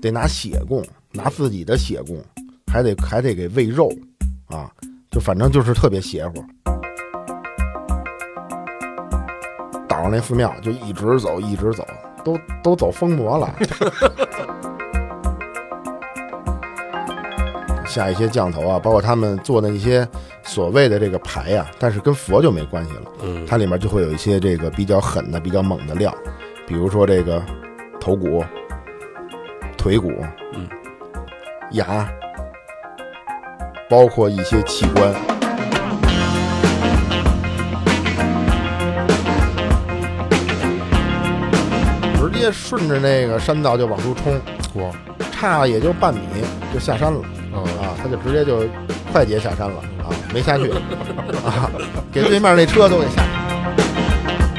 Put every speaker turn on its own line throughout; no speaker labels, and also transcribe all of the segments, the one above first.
得拿血供，拿自己的血供，还得还得给喂肉，啊，就反正就是特别邪乎。岛上那寺庙就一直走，一直走，都都走疯魔了。 下一些降头啊，包括他们做的一些所谓的这个牌呀、但是跟佛就没关系了。
嗯，
它里面就会有一些这个比较狠的、比较猛的料，比如说这个头骨、腿骨、
嗯、
牙，包括一些器官。直接顺着那个山道就往出冲，
哇，
差也就半米就下山了
啊，
啊！他就直接就快捷下山了啊，没下去啊，给对面那车都给吓着。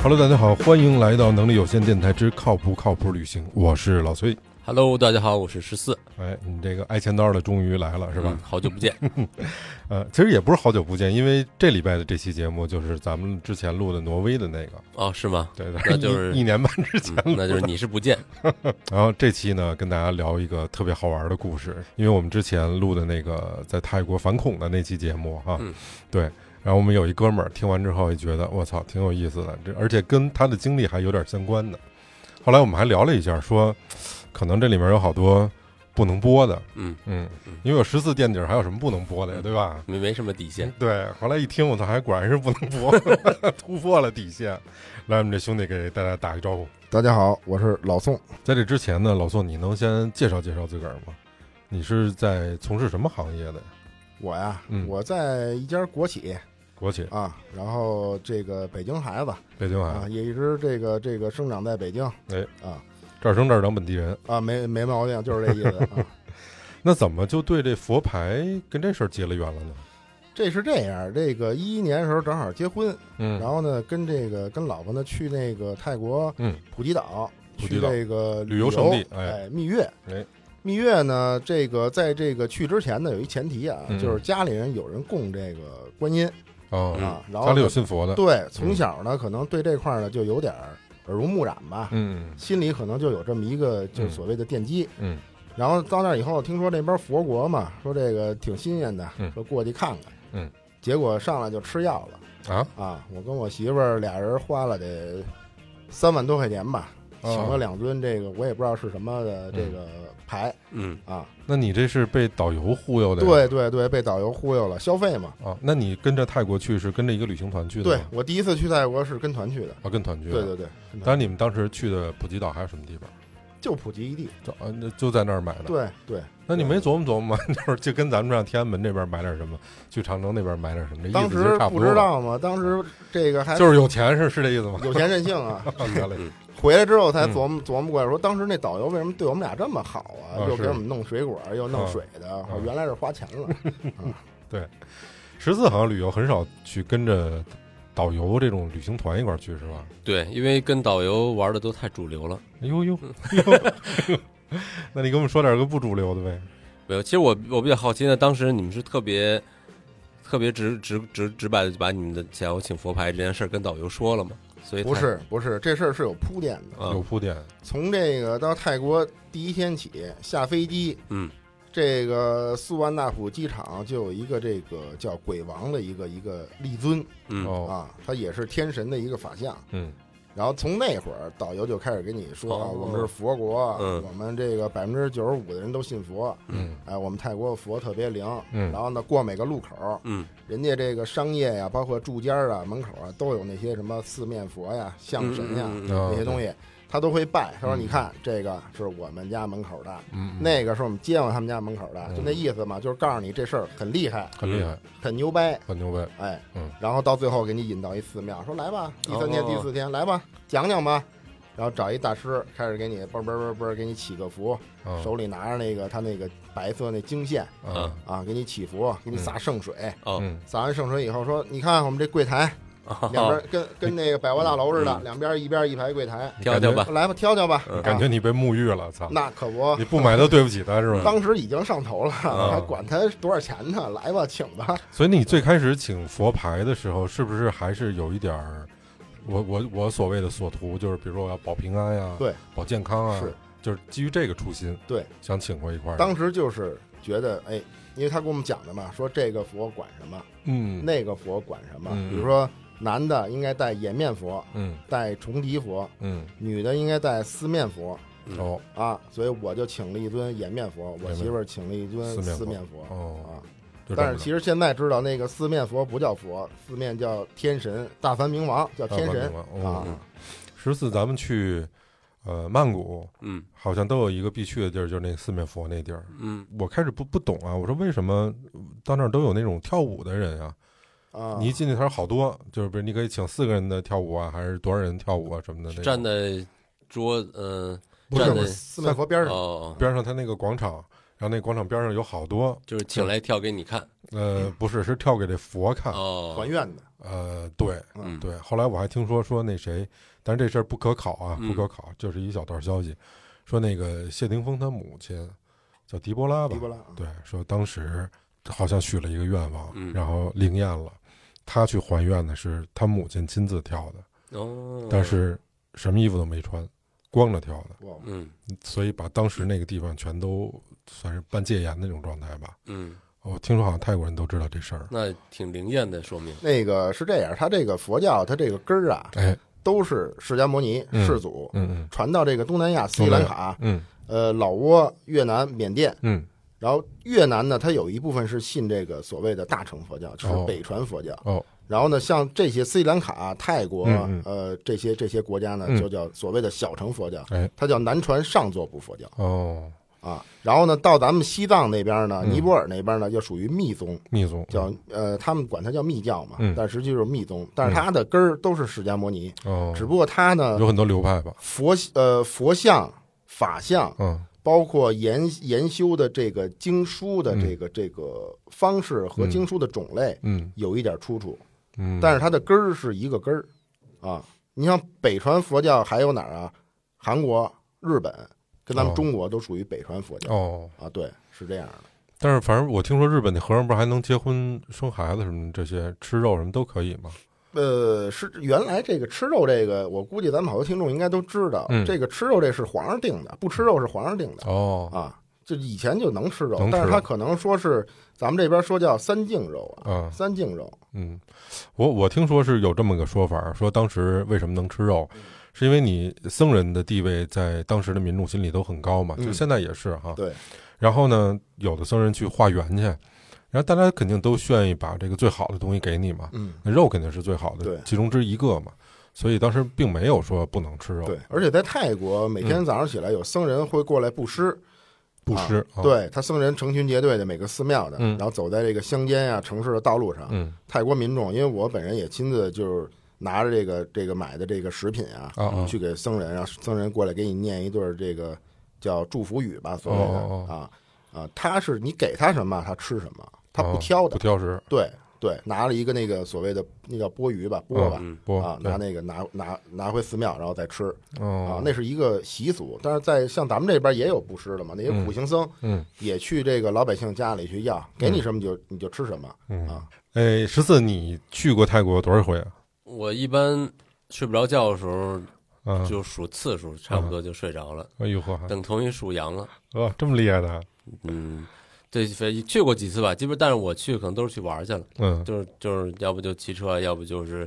Hello，大家好，欢迎来到能力有限电台之靠谱靠谱旅行，我是老崔。
Hello，大家好，我是十四，
哎，你这个挨千刀的终于来了，是吧
嗯？好久不见，
呃，其实也不是好久不见，因为这礼拜的这期节目就是咱们之前录的挪威的那个，
哦，是吗？
对对，
那就是
一一年半之前
嗯，那就是你是不见，
然后这期呢，跟大家聊一个特别好玩的故事，因为我们之前录的那个在泰国反恐的那期节目哈，
嗯
对，然后我们有一哥们儿听完之后也觉得我操挺有意思的，这而且跟他的经历还有点相关的。后来我们还聊了一下，说可能这里面有好多不能播的，
嗯
嗯
嗯，
因为有十四垫底儿，还有什么不能播的呀，对吧？
没没什么底线，
对，后来一听，我操，还果然是不能播， 突破了底线。来，我们这兄弟给大家打个招呼。
大家好，我是老宋。
在这之前呢，老宋，你能先介绍介绍自个儿吗？你是在从事什么行业的呀？
我呀，
嗯
我在一家国企
国企，
啊，然后这个北京孩子
北京
啊，
海，
也一直这个这个生长在北京。
哎
啊
这儿生这儿长本地人。
啊，没没毛病，就是这意思。 啊、
那怎么就对这佛牌跟这事儿结了缘了呢？
这是这样，这个一一年的时候正好结婚，
嗯，
然后呢，跟这个跟老婆呢去那个泰国
嗯
普吉岛，
普
去
吉岛
这个
旅游胜地哎
哎，蜜月，
哎。
蜜月呢？这个在这个去之前呢，有一前提啊，
嗯
就是家里人有人供这个观音
哦，
啊，然后
家里有
呢
信嗯佛的，
对，从小呢，可能对这块儿呢就有点儿耳濡目染吧，
嗯
心里可能就有这么一个就是所谓的奠基。
嗯
然后到那儿以后，听说那边佛国嘛，说这个挺新鲜的
嗯，
说过去看看。
嗯，
结果上来就吃药了
啊，
啊！我跟我媳妇儿俩人花了得三万多块钱吧，
哦嗯
请了两尊这个我也不知道是什么的这个牌
嗯，
啊。
那你这是被导游忽悠的？
对对对，被导游忽悠了，消费嘛。
啊，那你跟着泰国去是跟着一个旅行团去的
对
吗？
我第一次去泰国是跟团去的，
啊，跟团去
对
的。
对对，跟
当
团
然，你们当时去的普吉岛还有什么地方？
就普及一地，
就啊，那就在那儿买的。
对对。
那你没琢磨琢磨吗？ 就是就跟咱们上天安门这边买点什么，去长城那边买点什么，这意
当
思其实
时
差
不知
多吧，
道嘛，当时这个还
就是有钱是是这意思吗？
有钱任性啊。
原来
回来之后才琢磨琢磨过来，说当时那导游为什么对我们俩这么好啊
啊？
又
是
给我们弄水果，又弄水的
啊，
原来是花钱了。
十四好像旅游很少去跟着导游这种旅行团一块儿去是吧？
对，因为跟导游玩的都太主流了，
哎呦呦， 那你给我们说点个不主流的呗？
没有，其实我我比较好奇呢，当时你们是特别特别直直直直白的就把你们的想要请佛牌这件事儿跟导游说了吗？所以
不
他
是不是，这事儿是有铺垫的。
啊
有，铺垫，
从这个到泰国第一天起下飞机，
嗯，
这个素万那普机场就有一个这个叫鬼王的一个一个立尊
嗯
哦，
啊，他也是天神的一个法相。
嗯，
然后从那会儿，导游就开始跟你说啊，
哦
我们是佛国，
嗯
我们这个百分之九十五的人都信佛，
嗯，
哎，我们泰国佛特别灵，
嗯
然后呢，过每个路口，
嗯
人家这个商业呀，包括住家啊、门口啊，都有那些什么四面佛呀、象神呀、
嗯嗯嗯
嗯
那些东西，他都会拜。他说：“你看，这个是我们家门口
嗯
的，那个是我们街坊他们家门口的，就那意思嘛，就是告诉你这事儿很厉害，
很厉害，
很牛掰。”
很牛掰，
哎，
嗯
然后到最后给你引到一寺庙，说来吧，第三天、
哦
第四天来吧，讲讲吧，然后找一大师开始给你嘣嘣嘣嘣给你起个符，
啊
手里拿着那个他那个白色那经线
啊，
啊，给你起符，给你洒圣水，
哦啊
嗯
洒完圣水以后说，你看我们这柜台
哦
两
哦
边跟跟那个百货大楼似的，两边一边一排柜台，
挑挑吧，
来吧，挑挑吧。
嗯
啊
嗯感觉你被沐浴了，操！
那可不
你，嗯不买都对不起他是吧？
当时已经上头了，还管他多少钱呢？来吧，请吧。
所以你最开始请佛牌的时候，是不是还是有一点儿？我我我所谓的所图就是，比如说我要保平安呀、
对，
保健康啊，
是，
就是基于这个初心，
对，
想请过一块儿。
当时就是觉得，哎，因为他给我们讲的嘛，说这个佛管什么，
嗯
那个佛管什么。
嗯
比如说，男的应该戴颜面佛，
嗯
戴重涤佛；
嗯
女的应该戴四面佛
嗯
哦
啊。所以我就请了一尊颜面佛，我媳妇儿请了一尊
四
四
面
面佛
哦，
啊。
就这么
但
着
是其实现在知道，那个四面佛不叫佛，四面叫天神，大梵明王叫天神
大梵明王
啊
哦。十四咱们去呃曼谷，
嗯
好像都有一个必去的地儿，就是那四面佛那地儿。
嗯，
我开始不不懂啊，我说为什么到那儿都有那种跳舞的人啊？
啊，
你一进去，他说好多，就是比如你可以请四个人的跳舞啊，还是多少人跳舞啊什么的那种。
站在桌子嗯
不
站
是
在
我四面佛边
哦
上，
哦，哦
啊边上他那个广场，然后那广场边上有好多，
就是请来跳给你看
嗯
呃，不是，是跳给这佛看，
哦
还，愿的。
呃，对
嗯
对。后来我还听说说那谁，但是这事儿不可考啊，
嗯
不可考，就是一小道消息，说那个谢霆锋他母亲叫狄波拉吧
迪，波拉，啊
对，说当时好像许了一个愿望，
嗯
然后灵验了，他去还愿的是他母亲亲自跳的，
哦，
但是什么衣服都没穿，光着跳的。
哇，
嗯
所以把当时那个地方全都算是半戒严那种状态吧。
嗯，
我听说好像泰国人都知道这事儿。
那挺灵验的，说明
那个是这样，他这个佛教，他这个根儿啊，
哎，
都是释迦摩尼
嗯
世祖
嗯
传到这个东南亚斯里兰卡、
嗯
呃老挝、越南、缅甸。
嗯
然后越南呢，它有一部分是信这个所谓的大乘佛教，就是
哦
北传佛教。
哦
然后呢，像这些斯里兰卡、泰国、
嗯嗯
呃这些这些国家呢，
嗯
就叫所谓的小乘佛教，
哎
它叫南传上座部佛教
哦，
啊。然后呢，到咱们西藏那边呢，
嗯
尼泊尔那边呢，就属于密宗，
密宗
叫呃，他们管它叫密教嘛，
嗯
但实际就是密宗，但是它的根儿都是释迦摩尼，
哦，
只不过它呢
有很多流派吧？
佛呃佛像、法像，
嗯
包括研研修的这个经书的这个、这个方式和
嗯
经书的种类、
嗯
有一点出处，
嗯，
但是它的根儿是一个根儿啊。你像北传佛教还有哪儿啊？韩国、日本跟咱们
哦
中国都属于北传佛教、
哦，
啊，对，是这样的。
但是反正我听说日本那和尚不是还能结婚生孩子什么的这些吃肉什么都可以吗？
呃，是原来这个吃肉这个，我估计咱们好多听众应该都知道，
嗯
这个吃肉这是皇上定的，不吃肉是皇上定的、
哦
啊。就以前就能吃肉，
能吃肉
但是他可能说是咱们这边说叫三净肉啊，
啊
三净肉
嗯，我我听说是有这么个说法，说当时为什么能吃肉，是因为你僧人的地位在当时的民众心里都很高嘛，就
嗯
现在也是哈。
对。
然后呢，有的僧人去化缘去，然后大家肯定都愿意把这个最好的东西给你嘛，
嗯，
那肉肯定是最好的
对
其中之一个嘛，所以当时并没有说不能吃肉，
对。而且在泰国，
嗯
每天早上起来有僧人会过来布施，
不吃。啊，
对他僧人成群结队的每个寺庙的，
嗯
然后走在这个乡间啊、城市的道路上，
嗯，
泰国民众，因为我本人也亲自就是拿着这个这个买的这个食品啊，
啊啊
去给僧人，让僧人过来给你念一段这个叫祝福语吧，所谓的
哦哦哦
啊啊，他是你给他什么他吃什么，他不
啊
挑的，
不挑食，
对对，拿了一个那个所谓的那叫钵盂吧，钵吧。
嗯
不
啊，拿那个拿拿拿回寺庙，然后再吃啊
哦，，
那是一个习俗。但是在像咱们这边也有布施的嘛，那些苦行僧
嗯
也去这个老百姓家里去要，给你什么就你就吃什么
嗯
啊。
哎，十四，你去过泰国多少回啊？
我一般睡不着觉的时候
啊，
就数次数，差不多就睡着了，
哎呦呵，
等同于数羊了。
哦，这么厉害的，
嗯，对，反正去过几次吧，基本但是我去可能都是去玩儿去了，
嗯
就是就是要不就骑车，要不就是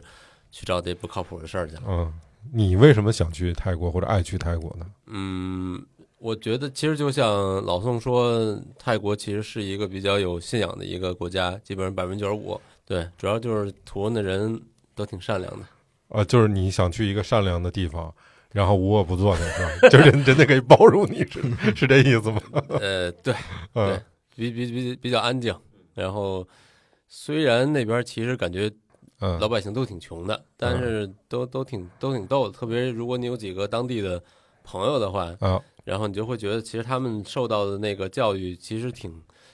去找这不靠谱的事儿去了。
嗯，你为什么想去泰国或者爱去泰国呢？
嗯，我觉得其实就像老宋说，泰国其实是一个比较有信仰的一个国家，基本上百分之九十五。对，主要就是图文的人都挺善良的。
啊，就是你想去一个善良的地方，然后无恶不作那是吧？ 就是人真的可以包容你，是是这意思吗？
呃，对，
嗯
比比比比较安静。然后虽然那边其实感觉老
嗯
百姓都挺穷的，但是都都挺都挺逗的。特别如果你有几个当地的朋友的话，
啊
然后你就会觉得其实他们受到的那个教育其实挺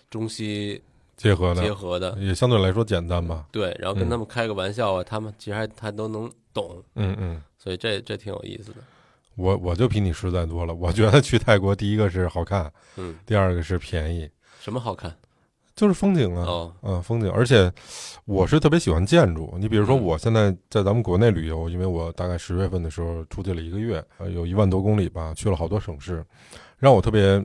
中西
结合
结
的，嗯
合的，
也相对来说简单吧。
对，然后跟他们开个玩笑啊，他们其实还他都能懂，
嗯嗯，
所以这这挺有意思的。
我我就比你实在多了。我觉得去泰国，第一个是好看，
嗯，
第二个是便宜，
什么好看？
就是风景啊。
哦，
嗯，风景，而且我是特别喜欢建筑。你比如说，
嗯
我现在在咱们国内旅游，因为我大概十月份的时候出去了一个月，呃，有一万多公里吧，去了好多省市，让我特别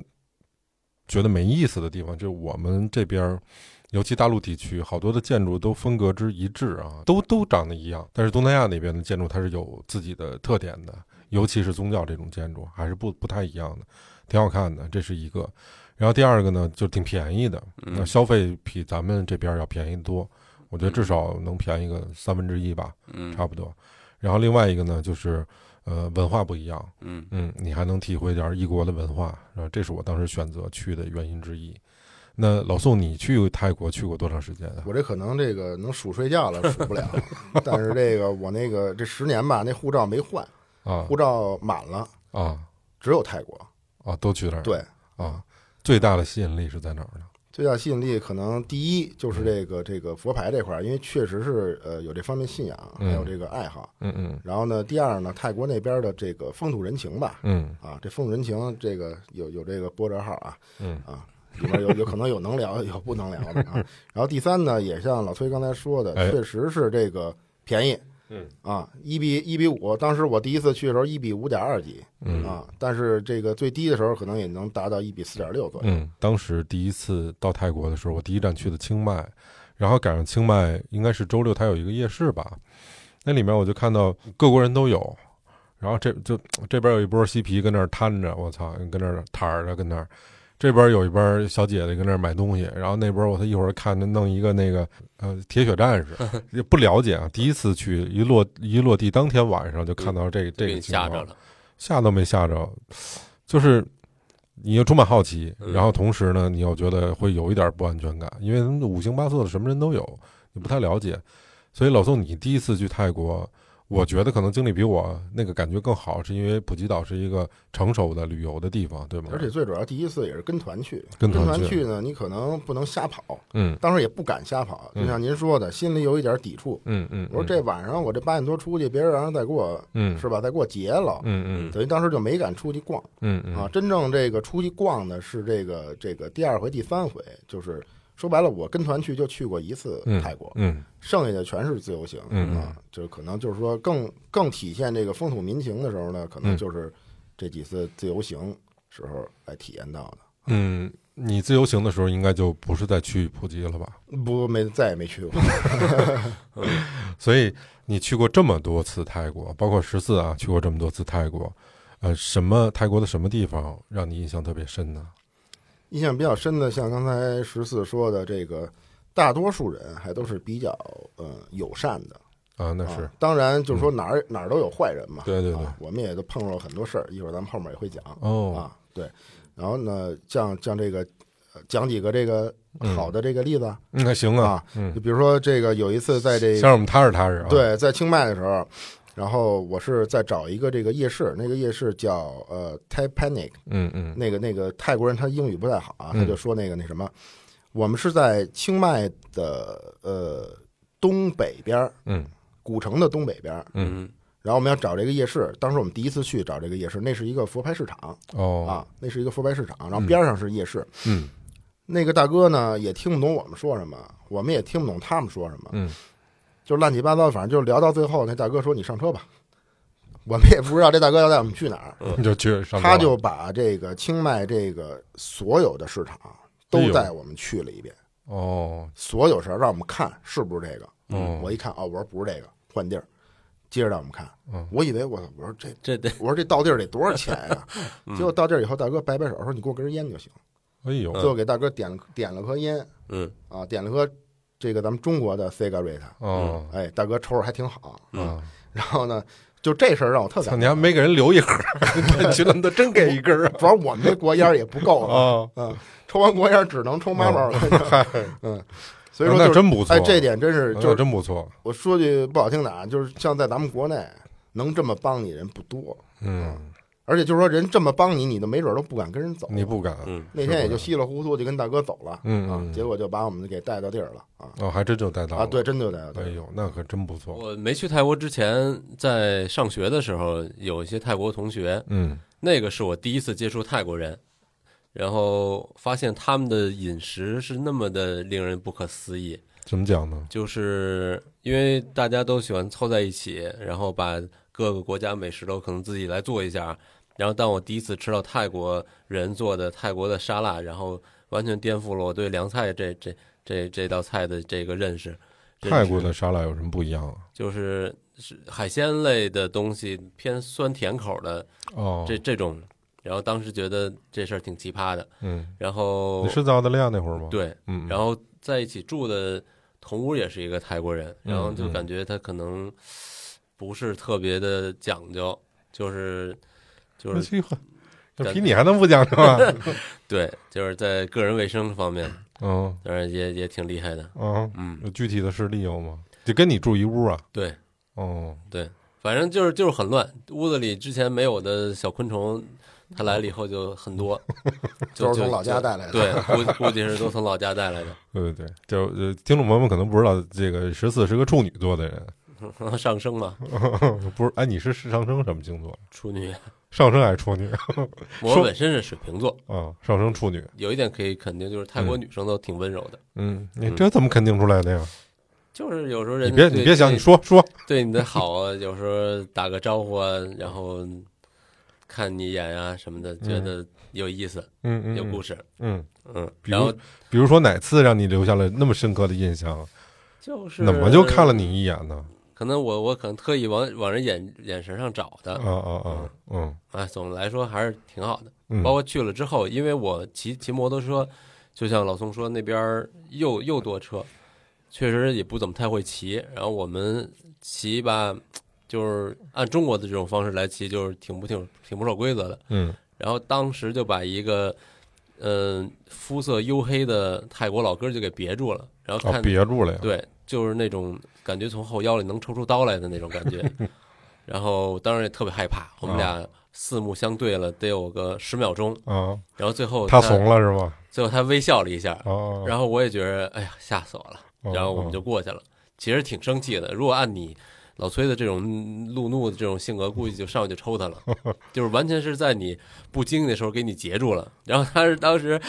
觉得没意思的地方，就是我们这边儿，尤其大陆地区，好多的建筑都风格之一致啊，都都长得一样。但是东南亚那边的建筑它是有自己的特点的，尤其是宗教这种建筑还是不不太一样的，挺好看的，这是一个。然后第二个呢，就挺便宜的，那
嗯
消费比咱们这边儿要便宜得多，我觉得至少能便宜个三分之一吧，
嗯
差不多。然后另外一个呢，就是呃文化不一样，
嗯
嗯，你还能体会点儿异国的文化，然后这是我当时选择去的原因之一。那老宋，你去泰国去过多长时间啊？
我这可能这个能数睡觉了，数不了。 但是这个我那个这十年吧，那护照没换，
啊
护照满了，
啊
只有泰国。
啊，都去那儿？
对
啊，最大的吸引力是在哪儿呢？
最大吸引力可能第一就是这个这个佛牌这块儿，因为确实是呃有这方面信仰，还有这个爱好。
嗯嗯
然后呢，第二呢，泰国那边的这个风土人情吧，
嗯
啊，这风土人情这个有有这个波折号啊，
嗯
啊，里面有有可能有能聊，有不能聊的啊。然后第三呢，也像老崔刚才说的，
哎
确实是这个便宜，
嗯
啊，一比一比五，当时我第一次去的时候一比五点二几
嗯
啊，但是这个最低的时候可能也能达到一比四点六左右。
嗯，当时第一次到泰国的时候，我第一站去的清迈，然后赶上清迈应该是周六，它有一个夜市吧，那里面我就看到各国人都有，然后这就这边有一波嬉皮跟那儿摊着，我操，跟那儿摊儿着跟那儿。这边有一帮小姐姐跟那儿买东西，然后那边我他一会儿看着弄一个那个呃铁血战 士，也不了解啊，第一次去一落一落地当天晚上就看到这
就
这
给
个
你
情
吓
况
着，了。
吓都没吓着，就是你又充满好奇，
嗯
然后同时呢，你又觉得会有一点不安全感，因为他们五行八色的什么人都有，你不太了解。所以老宋，你第一次去泰国，我觉得可能经历比我那个感觉更好，是因为普吉岛是一个成熟的旅游的地方，对吗？
而且最主要，第一次也是跟团去，
嗯跟
跟
团
团
去
去呢，你可能不能瞎跑，
嗯
当时也不敢瞎跑，就
嗯
像您说的，心里有一点抵触。
嗯嗯，
我说这晚上我这八点多出去，别人然后再给我
嗯
是吧，再给我劫了，
嗯嗯
等于当时就没敢出去逛
嗯嗯
啊。真正这个出去逛的是这个这个第二回、第三回，就是说白了，我跟团去就去过一次
嗯
泰国，
嗯
剩下的全是自由行
嗯
啊。就是可能就是说更更体现这个风土民情的时候呢，可能
嗯
就是这几次自由行时候来体验到的。
嗯，你自由行的时候应该就不是再去普吉了吧？
不，没再也没去过。
所以你去过这么多次泰国，包括十四啊，去过这么多次泰国，呃，什么泰国的什么地方让你印象特别深呢？
印象比较深的，像刚才十四说的，这个大多数人还都是比较呃友善的。
啊，那是嗯
啊，当然，就是说哪儿、哪儿都有坏人嘛。
对对对
啊，我们也都碰到很多事儿，一会儿咱们后面也会讲、
哦，
啊。对，然后呢，像像这个、呃讲几个这个
嗯
好的这个例子啊，
那、行啊
啊，
嗯
就，比如说这个有一次在这
先
个
让我们踏实踏实啊。，
对在清迈的时候，然后我是在找一个这个夜市，那个夜市叫呃 Thai Panic，
嗯嗯
那个那个泰国人他英语不太好啊，
嗯
他就说那个那什么，我们是在清迈的呃东北边儿
嗯
古城的东北边儿，
嗯
嗯
然后我们要找这个夜市，当时我们第一次去找这个夜市，那是一个佛牌市场
哦，
啊，那是一个佛牌市场，然后边上是夜市。
嗯
那个大哥呢也听不懂我们说什么，我们也听不懂他们说什么，
嗯，
就乱七八糟，反正就聊到最后，那大哥说你上车吧， 我们也不知道这大哥要带我们去哪儿，
你就去嗯上
他
车了
就把这个清迈这个所有的市场
哎
都
呦
带我们去了一遍，
哦
所有事儿让我们看是不是这个。
哦，
我一看哦，我说不是这个，换地儿。接着让我们看
嗯，
我以为我我说这
这得
我说这到地儿得多少钱 呀、
嗯
结果到地儿以后，大哥摆摆手说：“你给我根烟就行。”
哎呦，
最后给大哥点了点了颗烟
嗯
啊，点了颗这个咱们中国的 cigarette。
哦
哎，大哥抽着还挺好。
嗯
啊，
然后呢，就这事儿让我特
操，
感
你还没给人留一盒儿， 去那么多真给一根 儿
主要我们这国烟儿也不够了，
啊！
嗯，抽完国烟儿只能抽妈妈了， 嗯，所以说
哦那
就是
真不错，哦
哎，这点真是
那
就是
真不错，
我说句不好听的啊，就是像在咱们国内能这么帮你人不多，
嗯，
而且就是说人这么帮你，你都没准都不敢跟人走。
你不敢，
嗯，
那天也就稀里糊涂就跟大哥走了，
嗯
啊
嗯，
结果就把我们给带到地儿了啊
哦，还真就带到了
啊，对，，真就带到地
哎
儿。
呦，那可真不错，
我没去泰国之前，在上学的时候有一些泰国同学，
嗯
那个是我第一次接触泰国人，然后发现他们的饮食是那么的令人不可思议，
怎么讲呢？
就是因为大家都喜欢凑在一起，然后把各个国家美食都可能自己来做一下。然后，当我第一次吃到泰国人做的泰国的沙拉，然后完全颠覆了我对凉菜这这这这道菜的这个认识。
泰国的沙拉有什么不一样啊？
就是是海鲜类的东西，偏酸甜口的
哦，
这这种。然后当时觉得这事儿挺奇葩的。
嗯，
然后
你是在澳大利亚那会儿吗？，
哦对，
嗯，
然后在一起住的同屋也是一个泰国人，
嗯
然后就感觉他可能不是特别的讲究，就是就
那
是
这 个这比你还能不讲究啊？
对，就是在个人卫生方面，
嗯
当然也也挺厉害的。
嗯，
嗯，
有具体的事例有吗？就跟你住一屋啊？
对，
哦，
反正就是就是很乱，屋子里之前没有的小昆虫，他来了以后就很多，就
都是从老家。带来
就
的，，
对，估估计是都从老家带来的，
对对对，就呃，听众朋友们可能不知道，这个十四是个处女座的人，
上升嘛，
不是？哎，你是上升什么星座？啊
处女，
上升还是处女啊、哦
我本身是水瓶座，
上升处女，
有一点可以肯定就是泰国女生都挺温柔的，
嗯，你
嗯
这怎么肯定出来的呀？
就是有时候人
你别
对
你别想，
对
你说说，
对你的好啊，有时候打个招呼啊，然后看你一眼啊什么的，觉得有意思，
嗯嗯，
有
嗯
故事，
嗯，
嗯，
比如
然后
比如说哪次让你留下了那么深刻的印象？啊
就是
怎么就看了？你一眼呢？
可能我我可能特意往往人眼眼神上找
啊
的，
啊啊，嗯
啊，总的来说还是挺好的。
嗯，
包括去了之后，因为我骑骑摩托车，就像老宋说，那边儿又又多车，确实也不怎么太会骑。然后我们骑吧，就是按中国的这种方式来骑，就是挺不挺挺不守规则的。
嗯
然后当时就把一个嗯、呃肤色黝黑的泰国老哥就给别住了，然后
啊，
看、
别住了呀，
对，就是那种感觉从后腰里能抽出刀来的那种感 觉。然后当然也特别害怕，我们俩四目相对了，得有个十秒钟。
啊，
然后最后
他怂了是吧？
最后他微笑了一下，
啊，
然后我也觉得哎呀吓死我了，
后
然后我们就过去了。其实挺生气的，如果按你老崔的这种路怒的这种性格，估计就上去就抽他了，就是完全是在你不经意的时候给你截住了。然后他是当时。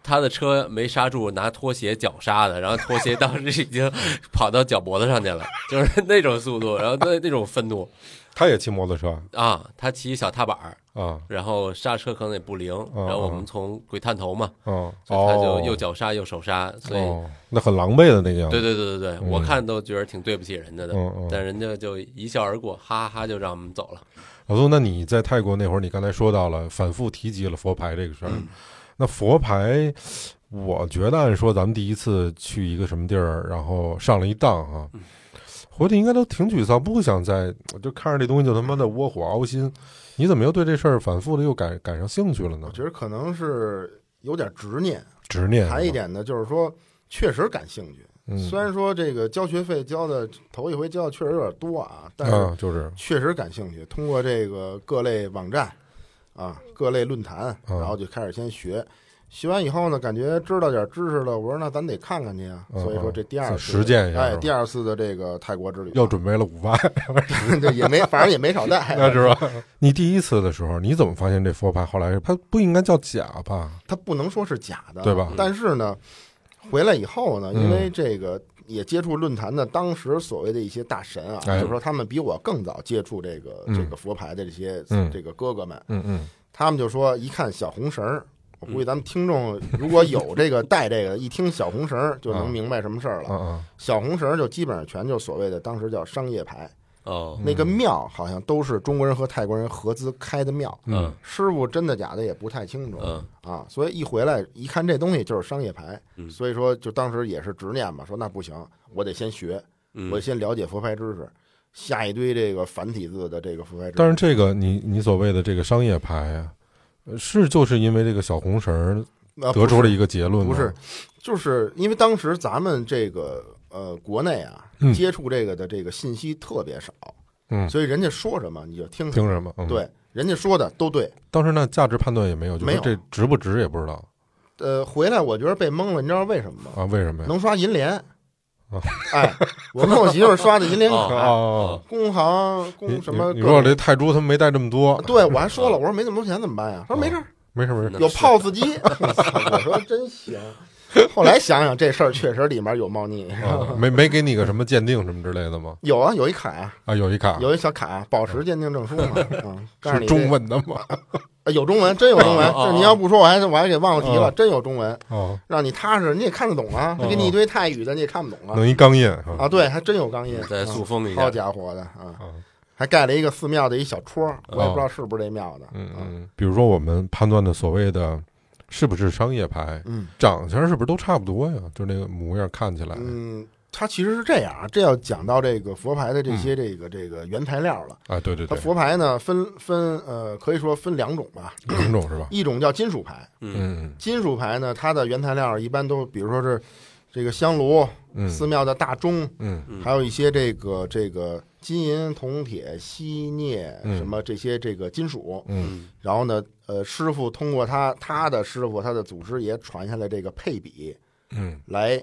他的车没刹住，拿拖鞋脚刹的，然后拖鞋当时已经跑到脚脖子上去了， 就是那种速度，然后那那种愤怒
他也骑摩托车
啊！他骑小踏板儿，
啊，
然后刹车可能也不灵，然后我们从鬼探头嘛，
嗯，
所以他
哦
就又绞杀又手杀，所以、
哦，那很狼狈的那个样子，
对对对对对，
嗯
我看都觉得挺对不起人家的，
嗯嗯。
但人家就一笑而过，哈哈哈就让我们走了。
老苏，那你在泰国那会儿，你刚才说到了，反复提及了佛牌这个事儿。
嗯
那佛牌，我觉得按说咱们第一次去一个什么地儿，然后上了一当啊，
嗯
回去应该都挺沮丧，不想再我就看着这东西就他妈的窝火熬心。你怎么又对这事儿反复的又感感上兴趣了呢
我？觉得可能是有点执念，
执念是吧，
还一点呢，就是说确实感兴趣。
哎嗯，
虽然说这个交学费交的头一回交的确实有点多啊，但是
啊，就是
确实感兴趣。通过这个各类网站啊、各类论坛，
嗯
然后就开始先学。学完以后呢，感觉知道点知识了，我说那咱得看看去啊。
嗯
所以说这第二
再
次
实践一下是
哎，
吧
第二次的这个泰国之旅
又准备了五万，
这也没，反正也没少带。
那是吧？ 你第一次的时候，你怎么发现这佛牌后来它不应该叫假吧？
它不能说是假的，啊
对吧
但是呢，回来以后呢，
嗯
因为这个也接触论坛的当时所谓的一些大神啊，
哎
就是说他们比我更早接触这个、
嗯
这个佛牌的这些、
嗯
这个哥哥们，
嗯嗯，
他们就说一看小红绳儿。我估计咱们听众如果有这个带这个，一听小红绳儿就能明白什么事儿
啊
了。
啊，
小红绳儿就基本上全就所谓的当时叫商业牌，
嗯
哦，
那个庙好像都是中国人和泰国人合资开的庙，
嗯
师傅真的假的也不太清楚。
嗯
啊，所以一回来一看这东西就是商业牌，
嗯
所以说就当时也是执念嘛，说那不行，我得先学，
嗯，
我得先了解佛牌知识，下一堆这个繁体字的这个佛牌知识。
但是这个你你所谓的这个商业牌啊，呃是就是因为这个小红绳儿
呃
得出了一
个
个结论吗
不是，就是因为当时咱们这个呃国内啊
嗯
接触这个的这个信息特别少，
嗯
所以人家说什么你就听什么。
听什么？嗯、
对，人家说的都对。
当时那价值判断也没有，就
没
是
有
这值不值也不知道
呃，回来我觉得被蒙了，你知道为什么吗？
啊？为什么呀？
能刷银联
哦。
哎，我跟我媳妇儿刷的银联
哦
卡，
哦，哦
工行、
你
嗯工什么各
你你说
种？啊
这泰铢他们没带这么多，
对，我还说了，我说没那么多钱怎么办呀？他说没事儿，
没事没事，
哦那
有
是
POS 机。 我说真行。后来想想这事儿确实里面有猫腻，
啊没没给你个什么鉴定什么之类的吗？
有啊，有一卡呀，
啊，有一卡
有一小卡，宝石鉴定证书 嘛。嗯，告诉
是
你
中
这
文的 吗？
啊有中文，真有中文。
哦哦哦
这你要不说，我还我还给忘了提了，真有中文，
哦，
让你踏实，你也看得懂啊。他给你一堆泰语的，你也看不懂啊。
弄一钢印啊
啊，对，还真有钢印，
再
啊
塑封一下
好，家伙的啊！
啊
还盖了一个寺庙的一小戳儿，我也不
哦
知道是不是这庙的。
嗯
嗯
嗯，比如说我们判断的所谓的是不是商业牌，
嗯
长相是不是都差不多呀？就那个模样看起来，
嗯，它其实是这样啊，这要讲到这个佛牌的这些这个这个原材料了。
啊，嗯对对
它
对，
佛牌呢分分呃，可以说分两种吧，
两种是吧？
一种叫金属牌，
嗯，
嗯
金属牌呢它的原材料一般都比如说是这个香炉、
嗯
寺庙的大钟，
嗯
嗯
还有一些这个这个金银铜铁锡镍
嗯
什么这些这个金属，
嗯
嗯
然后呢，呃，师傅通过他他的师傅他的祖师爷传下来这个配比
嗯
来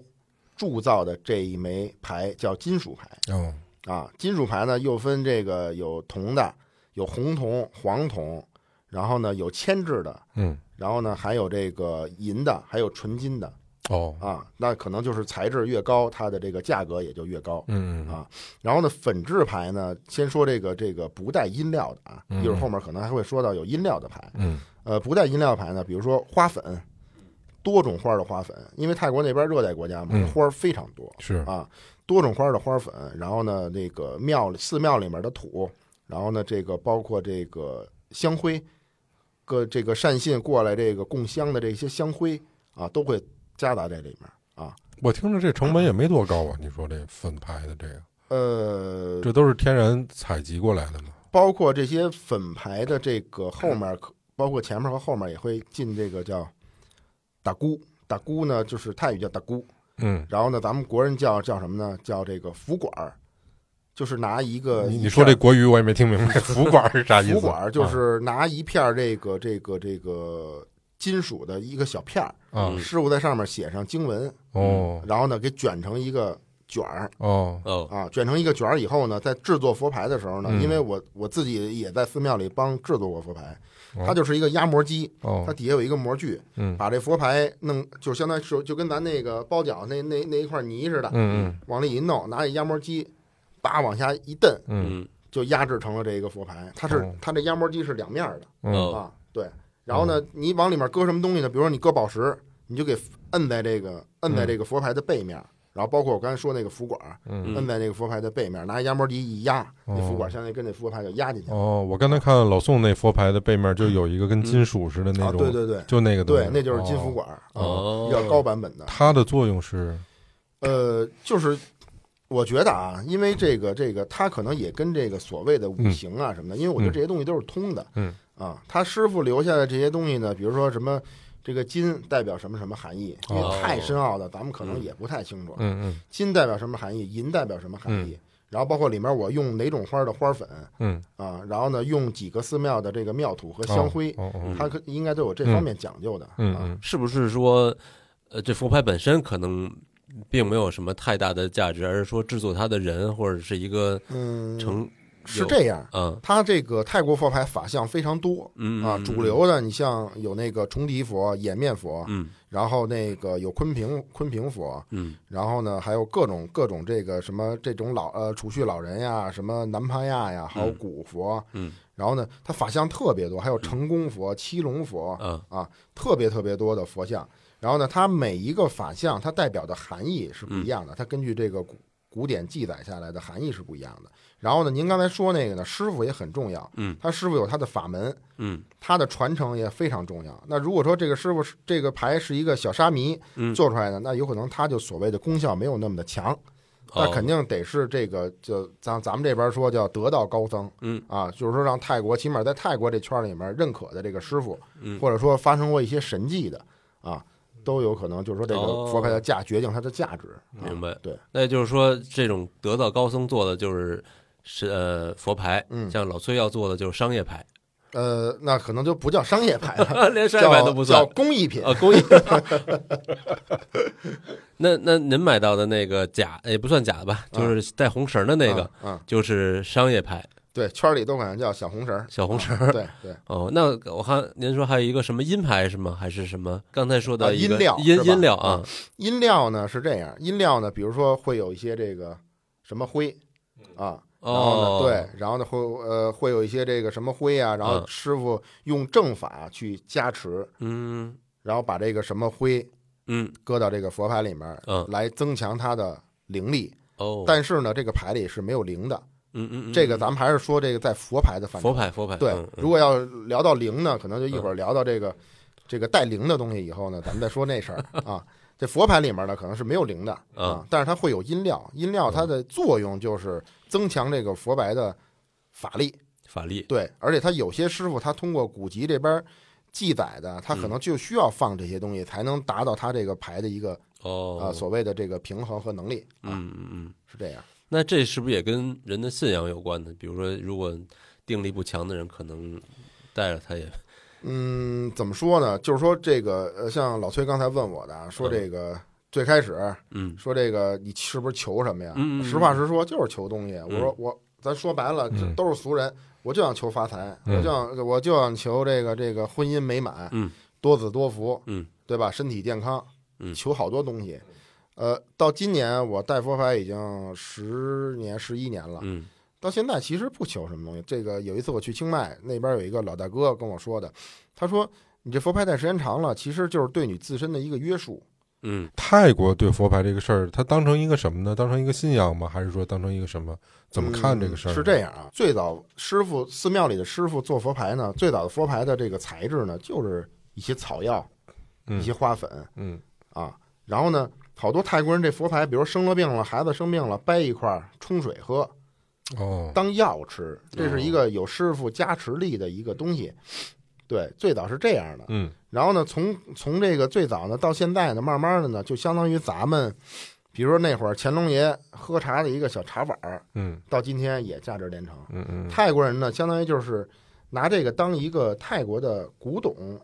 铸造的这一枚牌叫金属牌
嗯哦
啊。金属牌呢又分这个有铜的，有红铜、黄铜，然后呢有铅制的，
嗯
然后呢还有这个银的，还有纯金的
哦
啊。那可能就是材质越高，它的这个价格也就越高。
嗯嗯
啊然后呢，粉质牌呢，先说这个这个不带音料的啊，
嗯
一会儿后面可能还会说到有音料的牌。
嗯
呃，不带音料牌呢，比如说花粉，多种花的花粉，因为泰国那边热带国家嘛，
嗯
花儿非常多
是
啊，多种花的花粉。然后呢，那个庙里寺庙里面的土，然后呢，这个包括这个香灰，各这个善信过来这个供香的这些香灰啊，都会夹杂在里面啊。
我听着这成本也没多高啊，你说这粉牌的这个，
呃，
这都是天然采集过来的嘛？
包括这些粉牌的这个后面可，包括前面和后面也会进这个叫打姑。打姑呢，就是泰语叫打姑，
嗯，
然后呢，咱们国人叫叫什么呢？叫这个福管儿，就是拿一个
你
呃一
你说
片
这国语我也没听明白， 福管是啥
儿
意思？啊
福管儿就是拿一片儿这个这个这个金属的一个小片儿，
啊
嗯
师傅在上面写上经文，
哦
然后呢给卷成一个卷儿
哦
哦，
啊，卷成一个卷儿以后呢，在制作佛牌的时候呢，
嗯
因为我我自己也在寺庙里帮制作过佛牌，
哦
它就是一个压模机，它
哦，
底下有一个模具，
嗯
把这佛牌弄就相当于是就跟咱那个包饺那那那一块泥似的，
嗯嗯
往里一弄，拿一压模机，叭往下一蹬，
嗯
嗯
就压制成了这一个佛牌。它是
哦
它这压模机是两面儿的
嗯
哦
啊，对。然后呢，你往里面搁什么东西呢？比如说你搁宝石，你就给摁在这个摁在这个佛牌的背面，然后包括我刚才说那个符管，
嗯
摁在那个佛牌的背面，拿压模机一压，那符管相当于跟那佛牌就压进去了。
哦，我刚才看老宋那佛牌的背面就有一个跟金属似的那
啊，
种，
对对对
就那个东西
对，那就是金符。
哦
管儿，啊
哦
比较高版本的。
它的作用是
呃，就是我觉得啊，因为这个这个，它可能也跟这个所谓的五行啊什么的，因为我觉得这些东西都是通的。
嗯
啊，他师傅留下的这些东西呢，比如说什么这个金代表什么什么含义，因
哦
为太深奥的，咱们可能也不太清楚。
嗯嗯
金代表什么含义，银代表什么含义，然后包括里面我用哪种花的花粉
嗯
啊，然后呢用几个寺庙的这个庙土和香灰，
哦哦哦
它可应该都有这方面讲究的。
嗯
啊，
嗯
嗯是不是说，呃，这佛牌本身可能并没有什么太大的价值，而是说制作它的人或者是一个
嗯，
成
是
有
这样。
嗯
它这个泰国佛牌法相非常多
嗯
啊
嗯，
主流的你像有那个重迪佛、掩面佛，
嗯
然后那个有昆平昆平佛，
嗯
然后呢还有各种各种这个什么这种老呃储蓄老人呀，什么南帕亚呀，还有
嗯
古佛，
嗯
然后呢它法相特别多，还有成功佛、七龙佛，啊
嗯
特别特别多的佛像。然后呢，它每一个法相它代表的含义是不一样的，
嗯
它根据这个古古典记载下来的含义是不一样的。然后呢，您刚才说那个呢，师傅也很重要，
嗯，
他师傅有他的法门，
嗯
他的传承也非常重要。那如果说这个师傅是这个牌是一个小沙弥
嗯
做出来的，那有可能他就所谓的功效没有那么的强，那
哦
肯定得是这个就咱咱们这边说叫得道高僧，
嗯
啊，就是说让泰国起码在泰国这圈里面认可的这个师傅，
嗯
或者说发生过一些神迹的啊，都有可能就是说这个
哦
佛牌的价决定它的价值，啊
明白
对，
那也就是说，这种得道高僧做的就是是呃佛牌，
嗯
像老崔要做的就是商业牌，
呃，那可能就不叫商业牌了，
连 商业
叫
牌都不算
叫工艺品。
啊，工艺。 那那您买到的那个假也不算假的
啊
吧，就是带红绳的那个，
嗯，嗯，
就是商业牌
对，圈里都管它叫小红绳 儿，
小红绳。
绳，对对，
哦，那我看您说还有一个什么阴牌是吗？还是什么？刚才说
啊
的一个
阴料
阴
是吧嗯
阴料啊，
音料呢是这样，音料呢，比如说会有一些这个什么灰啊，然后呢，
哦，
对，然后呢会呃会有一些这个什么灰啊，然后
嗯
师傅用正法去加持，
嗯
然后把这个什么灰
嗯
搁到这个佛牌里面，
嗯，
来增强它的灵力。
哦，
但是呢，这个牌里是没有灵的，
嗯嗯，嗯
这个咱们还是说这个在佛牌的范
佛
畴。
牌佛牌
对
嗯，嗯嗯
如果要聊到灵呢，可能就一会儿聊到这个这个带灵的东西以后呢，咱们再说那事 儿啊。这佛牌里面呢，可能是没有灵的啊
嗯，
但是它会有音料，音料它的作用就是增强这个佛牌的法力。
法力
对，而且他有些师傅，他通过古籍这边儿记载的，他
嗯
可能就需要放这些东西，才能达到他这个牌的一个
哦
啊、所谓的这个平衡和能力啊，
嗯嗯嗯，
是这样。
那这是不是也跟人的信仰有关呢？比如说，如果定力不强的人，可能带着他也
嗯，怎么说呢？就是说这个呃，像老崔刚才问我的啊，说这个最开始
嗯
说这个你是不是求什么呀？
嗯嗯嗯嗯
实话实说，就是求东西。我说我咱说白了，这
嗯
都是俗人，我就想求发财，
嗯
我就想我就想求这个这个婚姻美满，
嗯
多子多福，
嗯，
对吧？身体健康，
嗯
求好多东西。呃，到今年我带佛牌已经十年十一年了，
嗯
到现在其实不求什么东西。这个有一次我去清迈那边有一个老大哥跟我说的，他说你这佛牌带时间长了，其实就是对你自身的一个约束。
嗯
泰国对佛牌这个事儿，它当成一个什么呢？当成一个信仰吗？还是说当成一个什么？怎么看这个事儿、
嗯是这样啊，最早师傅寺庙里的师傅做佛牌呢，最早的佛牌的这个材质呢，就是一些草药、一些
嗯
花粉
嗯
啊。然后呢，好多泰国人这佛牌，比如生了病了，孩子生病了，掰一块儿冲水喝，
哦，
当药吃，这是一个有师傅加持力的一个东西。对，最早是这样的。
嗯
然后呢，从从这个最早呢到现在呢，慢慢的呢，就相当于咱们，比如说那会儿乾隆爷喝茶的一个小茶碗儿，
嗯
到今天也价值连城。
嗯嗯
泰国人呢，相当于就是拿这个当一个泰国的古董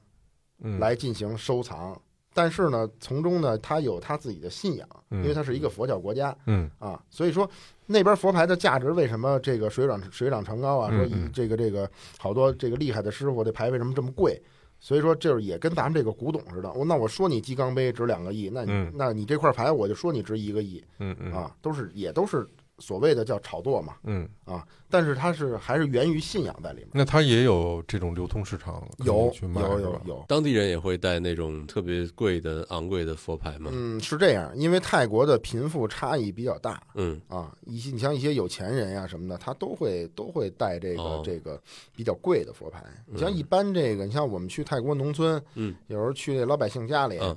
嗯，
来进行收藏，但是呢，从中呢，他有他自己的信仰，
嗯
因为它是一个佛教国家
嗯
啊，所以说那边佛牌的价值为什么这个水涨水涨船高啊？
嗯
说以
嗯
这个这个好多这个厉害的师傅，这牌为什么这么贵？所以说，就是也跟咱们这个古董似的。我哦那我说你鸡缸杯值两个亿，那你、
嗯
那你这块牌我就说你值一个亿
嗯嗯
啊，都是也都是所谓的叫炒作嘛。啊
嗯，
但是它是还是源于信仰在里面。
那它也有这种流通市场，可以
有
去卖
有
是
有
吧
有，
当地人也会带那种特别贵的、昂贵的佛牌吗？
嗯，是这样，因为泰国的贫富差异比较大
嗯，
啊，一些你像一些有钱人呀、什么的，他都会都会带这个、
哦
这个比较贵的佛牌。你像
嗯
一般这个，你像我们去泰国农村，
嗯，
有时候去那老百姓家里。
嗯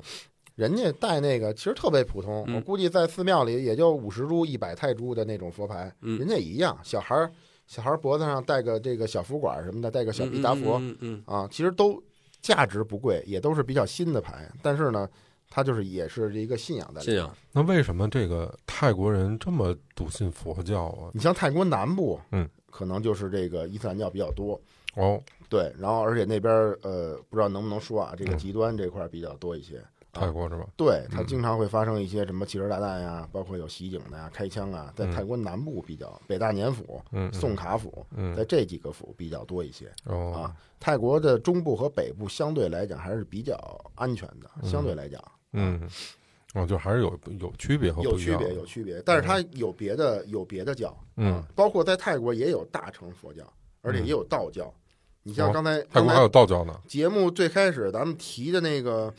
人家带那个其实特别普通，我
嗯
估计在寺庙里也就五十铢、一百泰铢的那种佛牌，
嗯
人家也一样。小孩儿，小孩儿脖子上戴个这个小福管儿什么的，戴个小
嗯
毕达佛，
嗯嗯
啊，其实都价值不贵，也都是比较新的牌，但是呢，它就是也是一个信仰在
嗯，
里
信
面。
仰，
那为什么这个泰国人这么笃信佛教啊？
你像泰国南部，
嗯，
可能就是这个伊斯兰教比较多，
哦，
对，然后而且那边儿呃，不知道能不能说啊，这个
嗯
极端这块儿比较多一些。
泰国是吧？
对，它
嗯
经常会发生一些什么汽车炸弹呀、啊包括有袭警的呀、开枪啊，在
嗯
泰国南部比较，北大年府、
嗯，嗯
宋卡府，
嗯
在这几个府比较多一些。
哦
啊泰国的中部和北部相对来讲还是比较安全的，相对来讲。
嗯，哦，就还是有有区别和
有
不一
区
样的，
别，有区别，但是它有别的，有别的教，
嗯
啊，包括在泰国也有大乘佛教，而且
嗯
也有道教。你像
哦
刚才
泰
刚
国还有
才
道教呢，
节目最开始咱们提的那个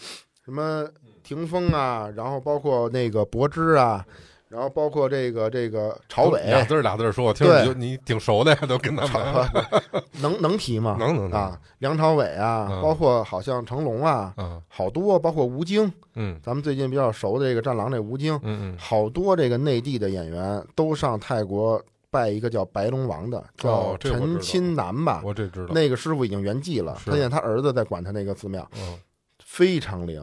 什么霆锋啊，然后包括那个柏芝啊，然后包括这个这个朝伟，
俩字儿俩字儿说，我听着
对
你就你挺熟的呀，都跟他
朝
们
能能提吗？
能能能
啊，梁朝伟啊，
嗯
包括好像成龙 啊，
啊，
好多包括吴京，
嗯
咱们最近比较熟的这个《战狼》这吴京，
嗯嗯，
好多这个内地的演员都上泰国拜一个叫白龙王的，叫
哦这我知道
陈钦南吧。
我这知道，
啊那个师傅已经圆寂了，
是
他现在他儿子在管他那个寺庙，
嗯
非常灵。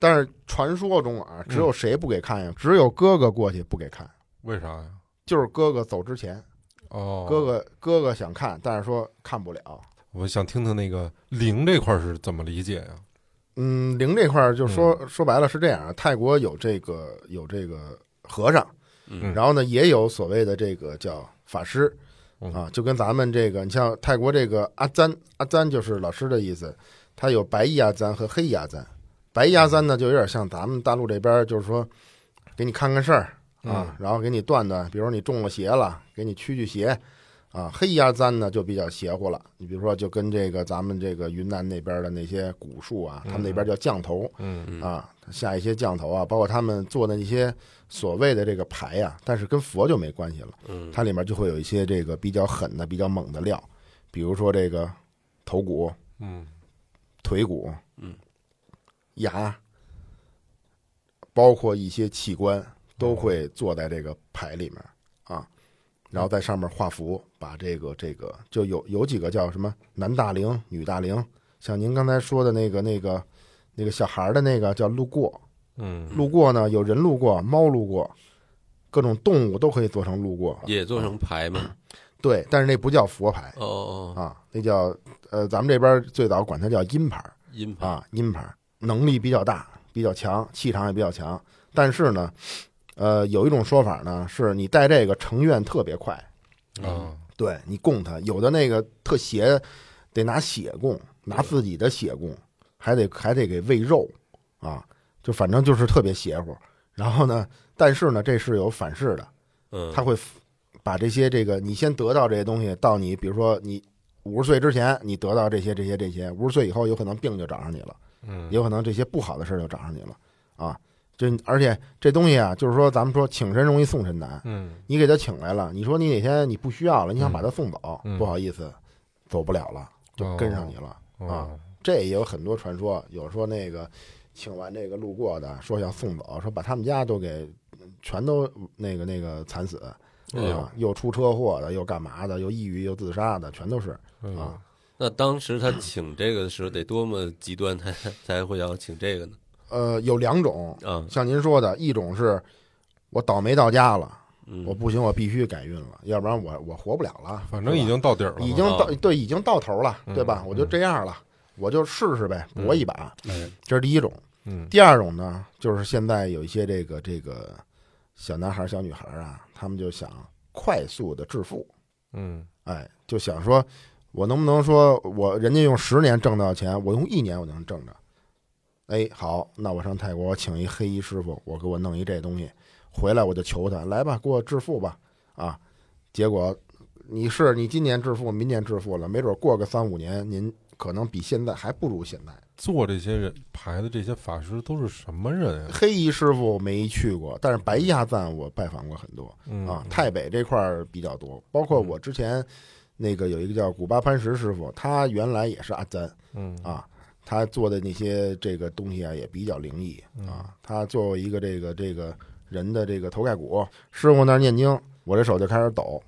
但是传说中啊，只有谁不给看
嗯
呀？只有哥哥过去不给看，
为啥呀？
就是哥哥走之前，
哦，
哥哥哥哥想看，但是说看不了。
我想听听那个灵这块儿是怎么理解呀、
嗯，灵这块儿就是说、
嗯
说白了是这样啊，泰国有这个有这个和尚，
嗯
然后呢也有所谓的这个叫法师
嗯
啊，就跟咱们这个，你像泰国这个阿赞，阿赞就是老师的意思，他有白衣阿赞和黑衣阿赞，白衣阿赞呢就有点像咱们大陆这边儿，就是说给你看看事儿
嗯
啊，然后给你断断，比如说你中了邪了，给你驱驱邪。啊，黑衣阿赞呢就比较邪乎了，你比如说就跟这个咱们这个云南那边的那些古树啊，他们那边叫降头，
嗯
嗯
啊，下一些降头啊，包括他们做的一些所谓的这个牌呀、但是跟佛就没关系了。
嗯
它里面就会有一些这个比较狠的、比较猛的料，比如说这个头骨、
嗯
腿骨、
嗯、
牙，包括一些器官都会做在这个牌里面啊，然后在上面画符，把这个这个就有有几个叫什么男大龄、女大龄，像您刚才说的那个那个那个小孩儿的那个叫路过，
嗯
路过呢，有人路过，猫路过，各种动物都可以做成路过。
也做成牌嘛？
对，但是那不叫佛牌
哦哦，哦
啊，那叫呃，咱们这边最早管它叫阴牌
阴牌
啊，阴牌，能力比较大，比较强，气场也比较强。但是呢，呃，有一种说法呢，是你带这个成愿特别快，
嗯
啊
对你供它，有的那个特邪，得拿血供，拿自己的血供，还得还得给喂肉啊，就反正就是特别邪乎。然后呢，但是呢，这是有反噬的，
嗯，
他会 f- 把这些这个你先得到这些东西，到你比如说你五十岁之前，你得到这些这些这些，五十岁以后有可能病就找上你了，
嗯
也有可能这些不好的事儿就找上你了啊。这而且这东西啊，就是说咱们说请神容易送神难，
嗯
你给他请来了，你说你哪天你不需要了，你想把他送走，
嗯
不好意思，走不了了，就跟上你了。
啊
这也有很多传说，有说那个请完这个路过的，说要送走，说把他们家都给全都那个那个惨死，
哎呦
啊，又出车祸的，又干嘛的，又抑郁又自杀的，全都是
哎呦
啊。
那当时他请这个的时候得多么极端，他才会要请这个呢？
呃，有两种，
啊，
像您说的，一种是我倒霉到家了，
嗯
我不行，我必须改运了，要不然我我活不了了。
反正
是吧
已经到底儿了嘛，
已经
啊
到对，已经到头了，
嗯
对吧？我就这样了，我就试试呗，搏一把，
哎
这是第一种。
嗯
第二种呢，就是现在有一些这个这个小男孩儿、小女孩儿啊，他们就想快速的致富，
嗯
哎，就想说，我能不能说我人家用十年挣到钱，我用一年我就能挣着？哎，好，那我上泰国，我请一黑衣师傅，我给我弄一这东西，回来我就求他，来吧，给我致富吧，啊，结果你是你今年致富，明年致富了，没准过个三五年，您可能比现在还不如现在。
做这些人牌的这些法师都是什么人呀？
黑衣师傅没去过，但是白衣阿赞我拜访过很多
嗯
啊，太北这块儿比较多，包括我之前那个有一个叫古巴潘石师傅，他原来也是阿赞
嗯
啊，他做的那些这个东西啊也比较灵异
嗯
啊，他做过一个这个这个人的这个头盖骨，师傅那儿念经，我这手就开始抖，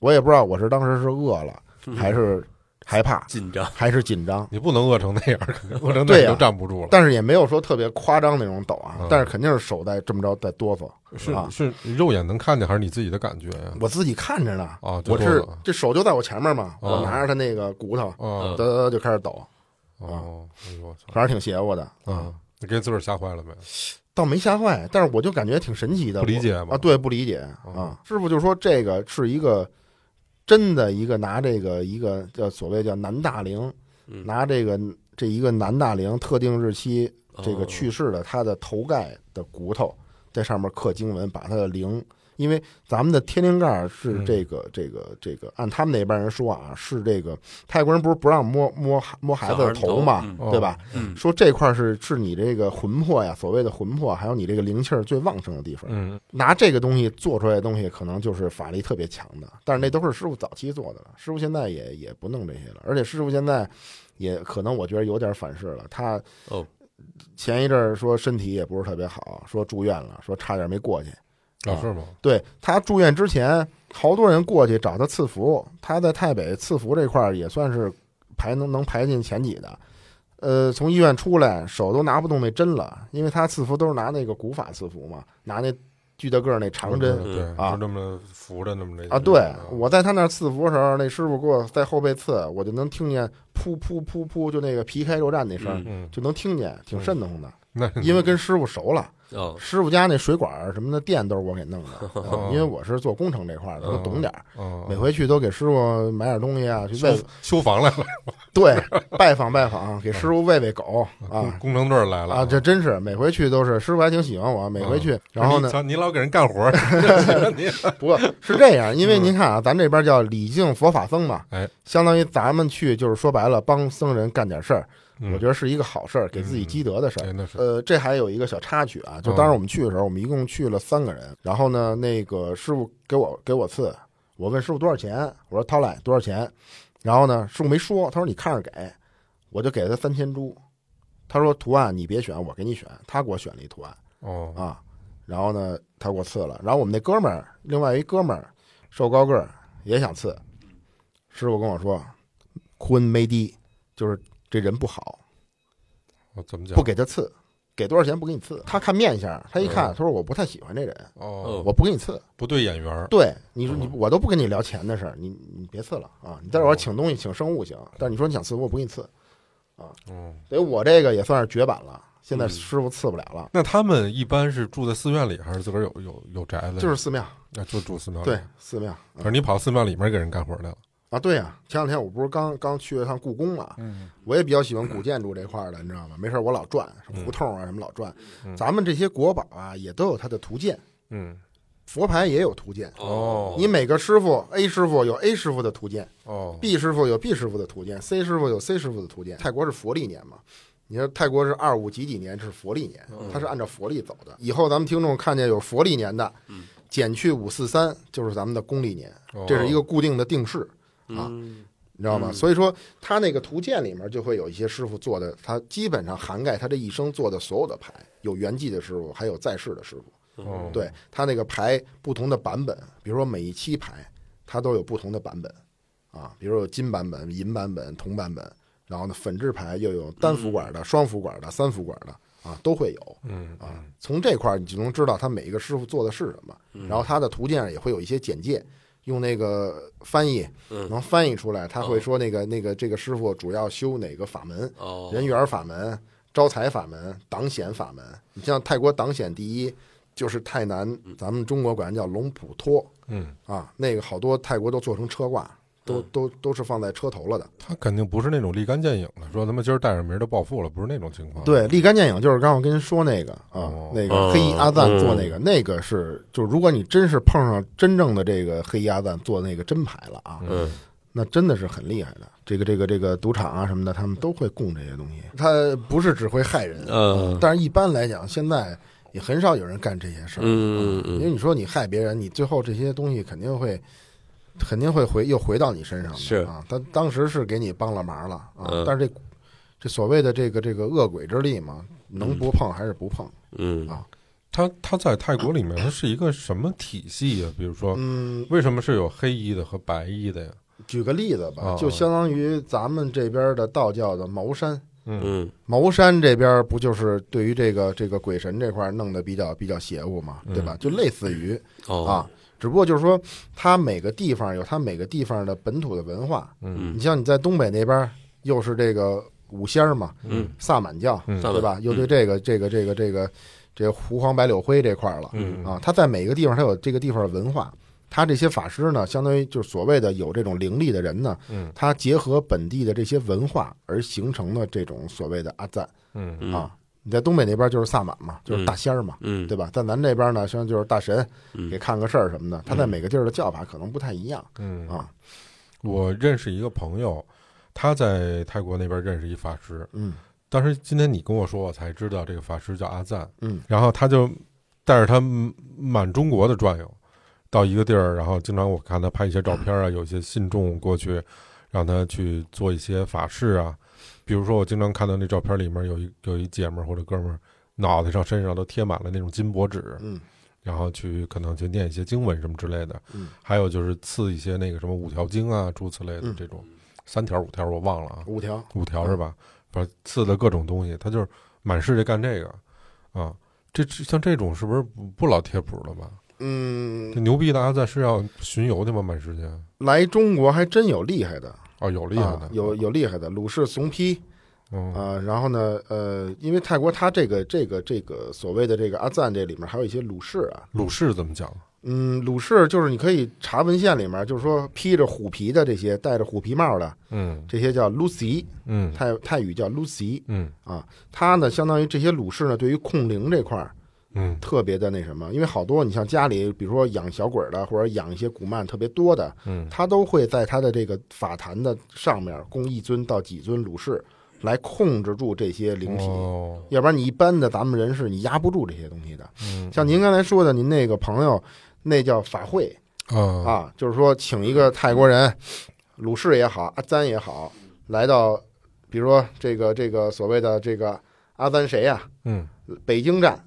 我也不知道我是当时是饿了
嗯
还是害怕
紧张，
还是紧张，
你不能饿成那样，肯定 饿成那
对呀
样都站不住了。
但是也没有说特别夸张那种抖啊
嗯，
但是肯定是手在这么着在哆嗦。
是
啊
是肉眼能看见还是你自己的感觉呀？
我自己看着呢，
啊，就
我
多
是
了
这手就在我前面嘛，
哦
我拿着他那个骨头，
啊
嘚嘚嘚就开始抖，
哦，哎呦我操
反正挺邪乎的。
啊！你给自个儿吓坏了没？
倒没吓坏，但是我就感觉挺神奇的。
不理解
我
吗
啊，？对，不理解
哦
啊。师傅就说这个是一个真的一个拿这个一个叫所谓叫男大龄，
嗯
拿这个这一个男大龄特定日期这个
哦
去世的他的头盖的骨头在上面刻经文，把他的灵，因为咱们的天灵盖儿是
嗯
这个、这个这个，按他们那边人说啊，是这个泰国人不是不让摸摸摸孩
小
子的
儿
头嘛，
嗯
哦
对吧？
嗯
说这块儿是是你这个魂魄呀，所谓的魂魄，还有你这个灵气儿最旺盛的地方。
嗯，
拿这个东西做出来的东西，可能就是法力特别强的，但是那都是师傅早期做的了。师傅现在也也不弄这些了，而且师傅现在也可能我觉得有点反噬了。他
哦，
前一阵儿说身体也不是特别好，说住院了，说差点没过去。
啊是吗？
对他住院之前，好多人过去找他赐福，他在太北赐福这块儿也算是排能能排进前几的。呃，从医院出来，手都拿不动那针了，因为他赐福都是拿那个古法赐福嘛，拿那巨大个儿那长针，
对，
嗯
啊
就那么扶着那么那
啊，对，我在他那儿赐福的时候，那师傅给我在后背刺，我就能听见噗噗噗噗，就那个皮开肉绽那声儿，
嗯
嗯，
就能听见，挺瘆得慌的。
那
因为跟师傅熟了，
哦，
师傅家那水管儿什么的电都是我给弄 的，嗯
哦
因为我是做工程这块儿的，我懂点儿。
哦
每回去都给师傅买点东西啊，去
修
喂
修房来 了，
对拜访拜访，给师傅喂喂狗
工
啊
工程队儿来了
啊，这真是每回去都是师傅还挺喜欢我，每回去然后呢
你，瞧你老给人 干活儿，嗯 你嗯
不过是这样，因为您看啊，咱这边叫礼敬佛法僧嘛，
哎，
相当于咱们去就是说白了帮僧人干点事儿，我觉
得
得是一个好事儿，给自
嗯
己积德的事儿。
对嗯哎那是
呃，这还有一个小插曲啊，就当时我们去的时候，我们一共去了三个人，然后呢，那个师傅给我给我刺，我问师傅多少钱，我说掏来多少钱，然后呢，师傅没说，他说你看着给，我就给他三千铢，他说图案你别选，我给你选，他给我选了一图案。
哦
啊，然后呢，他给我刺了。然后我们那哥们儿，另外一哥们儿，瘦高个儿也想刺，师傅跟我说，坤没低，就是这人不好，
我哦怎么讲
不给他刺，给多少钱不给你
嗯
刺。他看面相，他一看，他说我不太喜欢这人，
哦
我不给你刺。
不对眼缘儿
对，你
嗯
说你我都不跟你聊钱的事儿，你你别刺了啊！你再说我请东西请生物行，但是你说你想刺我不给你刺，
哦。
所以我这个也算是绝版了，现在
嗯
师傅刺不了了，
那他们一般是住在寺院里，还是自个儿有有有宅子？
就是寺庙，
啊，就住寺庙里。
对，寺庙。
可是你跑寺庙里面给人干活来了。
啊，对呀、前两天我不是刚刚去了趟故宫嘛，
嗯
我也比较喜欢古建筑这块儿的，你知道吗？没事儿我老转什么胡同啊，什么老转。
嗯
咱们这些国宝啊，也都有它的图鉴，
嗯，
佛牌也有图鉴。
哦
你每个师傅，A 师傅有 A 师傅的图鉴
哦，
，B 师傅有 B 师傅的图鉴，C 师傅有 C 师傅的图鉴。泰国是佛历年嘛？你说泰国是二五几几年是佛历年，它是按照佛历走的。以后咱们听众看见有佛历年的，减去五四三就是咱们的公历年，这是一个固定的定式。啊
嗯
你知道吗？
嗯
所以说，他那个图鉴里面就会有一些师傅做的，他基本上涵盖他这一生做的所有的牌，有圆寂的师傅，还有在世的师傅。
哦
对他那个牌不同的版本，比如说每一期牌，它都有不同的版本啊，比如有金版本、银版本、铜版本，然后呢，粉质牌又
嗯
有单幅管的、双幅管的、三幅管的啊，都会有。
嗯嗯
啊，从这块儿你就能知道他每一个师傅做的是什么，然后他的图鉴上也会有一些简介，用那个翻译
嗯
能翻译出来，他
哦
会说那个那个这个师傅主要修哪个法门，
哦，
人缘法门、招财法门、挡险法门。你像泰国挡险第一就是泰南，咱们中国管它叫龙普托
嗯，
啊，那个好多泰国都做成车挂，都都都是放在车头了的。
他肯定不是那种立竿见影的，说他妈今儿带上明儿就暴富了，不是那种情况。，
对，立竿见影就是刚刚我跟您说那个啊
哦，
那
哦
个黑衣阿赞做
嗯
那个，那个是就如果你真是碰上真正的这个黑衣阿赞做那个真牌了啊，
嗯
那真的是很厉害的。这个这个这个赌场啊什么的，他们都会供这些东西，嗯他不是只会害人，
呃
但是一般来讲，现在也很少有人干这些事儿，啊因
嗯嗯
为你说你害别人，你最后这些东西肯定会。肯定会回又回到你身上的
是
啊，他当时是给你帮了忙了啊，
嗯
但是这这所谓的这个这个恶鬼之力嘛，能不碰还是不碰？
嗯嗯
他他在泰国里面，他是一个什么体系呀、比如说，
嗯，
为什么是有黑衣的和白衣的呀？
举个例子吧
哦，
就相当于咱们这边的道教的茅山，
嗯
茅山这边不就是对于这个这个鬼神这块弄得比较比较邪乎嘛，对吧？就类似于
嗯哦
啊，只不过就是说，它每个地方有它每个地方的本土的文化。
嗯
你像你在东北那边，又是这个五仙儿嘛，
嗯，
萨满教，
嗯
对吧？又对这个这个这个这个这个狐黄白柳灰这块儿了，
嗯
啊，他在每个地方他有这个地方的文化，他这些法师呢，相当于就是所谓的有这种灵力的人呢，
嗯，
他结合本地的这些文化而形成的这种所谓的阿赞
嗯
嗯
啊。你在东北那边就是萨满嘛，就是大仙儿嘛，
嗯
对吧？在咱这边呢，像就是大神
嗯
给看个事儿什么的，他在每个地儿的叫法可能不太一样
嗯
啊。
我认识一个朋友，他在泰国那边认识一法师，
嗯
当时今天你跟我说，我才知道这个法师叫阿赞。
嗯，
然后他就带着他满满中国的转悠，到一个地儿，然后经常我看他拍一些照片啊，有一些信众过去让他去做一些法事啊，比如说我经常看到那照片里面有一有一姐们儿或者哥们儿脑袋上身上都贴满了那种金箔纸，
嗯
然后去可能去念一些经文什么之类的，
嗯，
还有就是刺一些那个什么五条经啊诸此类的
嗯
这种，三条五条我忘了啊，
五条，
五条是吧？把刺的各种东西，他就是满世界干这个啊。这这像这种是不是不不老贴谱了吧？
嗯
这，牛逼的阿赞是要巡游的吗？满世界
来中国还真有厉害的，
哦，有厉害的
啊，有有厉害的，鲁氏怂批
嗯
啊、然后呢，呃，因为泰国它这个这个这个所谓的这个阿赞这里面还有一些鲁氏啊，
鲁氏怎么讲？
嗯，鲁氏就是你可以查文献里面，就是说披着虎皮的这些，戴着虎皮帽的
嗯
这些叫 Lucy，
嗯
泰泰语叫 Lucy，
嗯
它呢相当于这些鲁氏呢对于控灵这块儿
嗯
特别的那什么，因为好多你像家里比如说养小鬼儿的或者养一些古曼特别多的，
嗯
他都会在他的这个法坛的上面供一尊到几尊鲁氏来控制住这些灵体，
哦
要不然你一般的咱们人是你压不住这些东西的。
嗯
像您刚才说的，您那个朋友那叫法会
啊
啊，就是说请一个泰国人，鲁氏也好，阿赞也好，来到比如说这个这个所谓的这个阿赞谁呀、
嗯
北京站，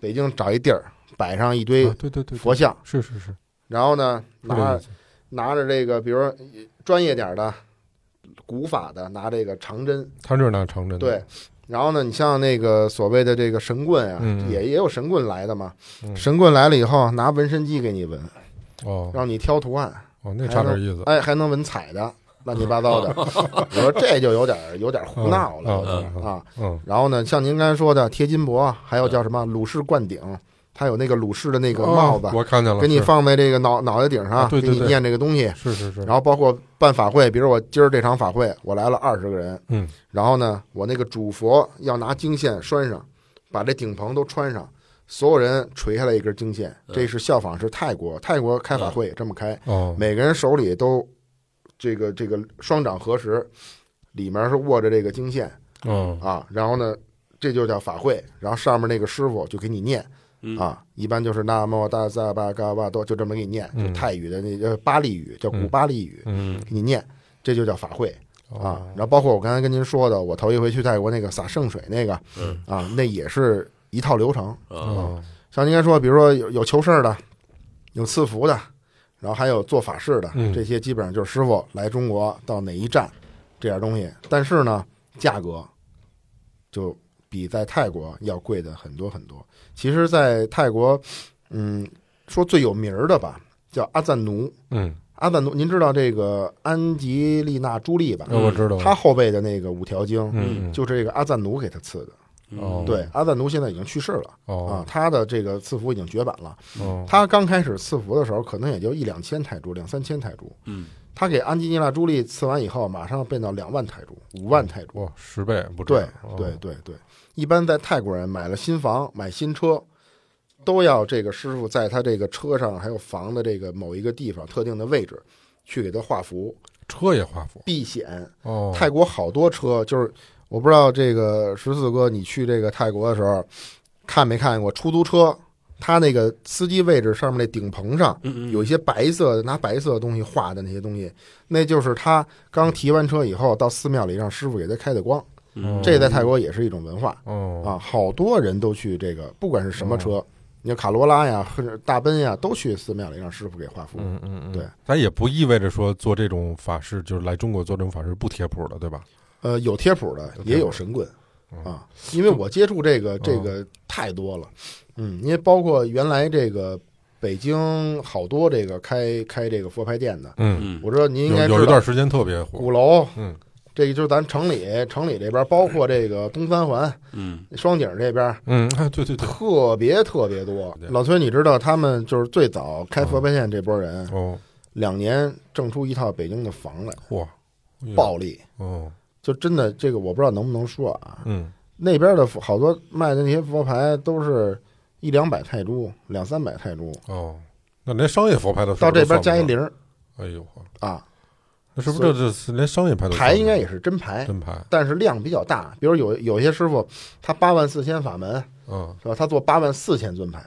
北京找一地儿摆上一堆
啊对对对，
佛像，
是是是，
然后呢
是这
拿
意思
拿着这个，比如说呃专业点儿的古法的，拿这个长针，
他这儿拿长针的
对。然后呢，你像那个所谓的这个神棍啊，
嗯嗯
也也有神棍来的嘛。
嗯
神棍来了以后，拿纹身机给你纹，
哦
让你挑图案，
哦，那差点意思。
哎，还能纹彩的，乱七八 糟的。我说这就有点儿有点儿胡闹了、
嗯嗯
啊。
嗯
然后呢，像您刚才说的贴金箔，啊还有叫什么鲁氏冠顶，它有那个鲁氏的那个帽子，
哦我看见了，
给你
是
放在这个脑脑袋顶上，
啊对对
给
对
你念这个东西。
是是是，
然后包括办法会，比如我今儿这场法会，我来了二十个人，
嗯，
然后呢，我那个主佛要拿经线拴上，把这顶棚都穿上，所有人垂下来一根经线，
嗯
这是效仿是泰国，泰国开法会也这么开，
哦
每个人手里都这个这个双掌合十，里面是握着这个经线
嗯
啊，然后呢，这就叫法会，然后上面那个师傅就给你念。
嗯
啊，一般就是那么大萨巴嘎巴多，就这么给你念，就
嗯
泰语的那呃巴利语叫古
嗯
巴利语，
嗯
给你念，这就叫法会啊。
哦
然后包括我刚才跟您说的，我头一回去泰国那个洒圣水那个
嗯
啊，那也是一套流程。
啊
哦
像您刚才说，比如说有有求事儿的，有赐福的，然后还有做法事的
嗯，
这些基本上就是师傅来中国到哪一站这点东西。但是呢，价格就比在泰国要贵的很多很多。其实，在泰国，嗯，说最有名儿的吧，叫阿赞奴。
嗯，
阿赞奴，您知道这个安吉丽娜·朱莉吧？
那我知道了，
她后辈的那个五条经，
嗯嗯嗯
就是这个阿赞奴给她赐的。
嗯
哦
对，阿赞奴现在已经去世了啊
哦，
他的这个赐福已经绝版了。
哦
他刚开始赐福的时候，可能也就一两千泰铢，两三千泰铢。
嗯，
他给安吉丽娜·朱莉赐完以后，马上变到两万泰铢，五万泰铢。
哇十倍不止
对
哦
对对对，一般在泰国人买了新房、买新车，都要这个师傅在他这个车上还有房的这个某一个地方特定的位置，去给他画符
车也画符
避险。
哦，
泰国好多车就是，我不知道这个十四哥，你去这个泰国的时候看没看见过出租车？他那个司机位置上面那顶棚上
嗯
有一些白色的，拿白色的东西画的那些东西，那就是他刚提完车以后到寺庙里让师傅给他开的光。
嗯
这在泰国也是一种文化
哦
啊，好多人都去这个，不管是什么
嗯
车，你看卡罗拉呀，或者大奔呀，都去寺庙里让师傅给画符。
嗯嗯嗯，
对，
咱也不意味着说做这种法事就是来中国做这种法事不贴谱的，对吧？
呃，有贴谱的，
有贴谱
也有神棍
嗯
啊，因为我接触这个这
嗯
个太多了，嗯，因为包括原来这个北京好多这个开开这个佛牌店的，
嗯，
嗯
我知道您应
有
该
有
知
一
道
段时间特别火，
鼓楼，
嗯，
这个就是咱城里城里这边，包括这个东三环、
嗯
双井这边。
嗯， 哎，对对对，
特别特别多，老崔，你知道他们就是最早开佛牌店这波人，
哦，
两年挣出一套北京的房来，
嚯，哎呀，
暴利，
哦，
就真的这个我不知道能不能说啊，
嗯，
那边的好多卖的那些佛牌都是一两百泰铢、两三百泰铢，
哦，那连商业佛牌都
到这边
算不
加一
上，
零
哎呦嚯，
啊，
那是不
所
是
以
这这连商业牌都
牌
算不嗯
应该
上
也是真牌，
真牌？
但是量比较大。比如有有些师傅他八万四千法门
嗯，
是吧？他做八万四千尊牌，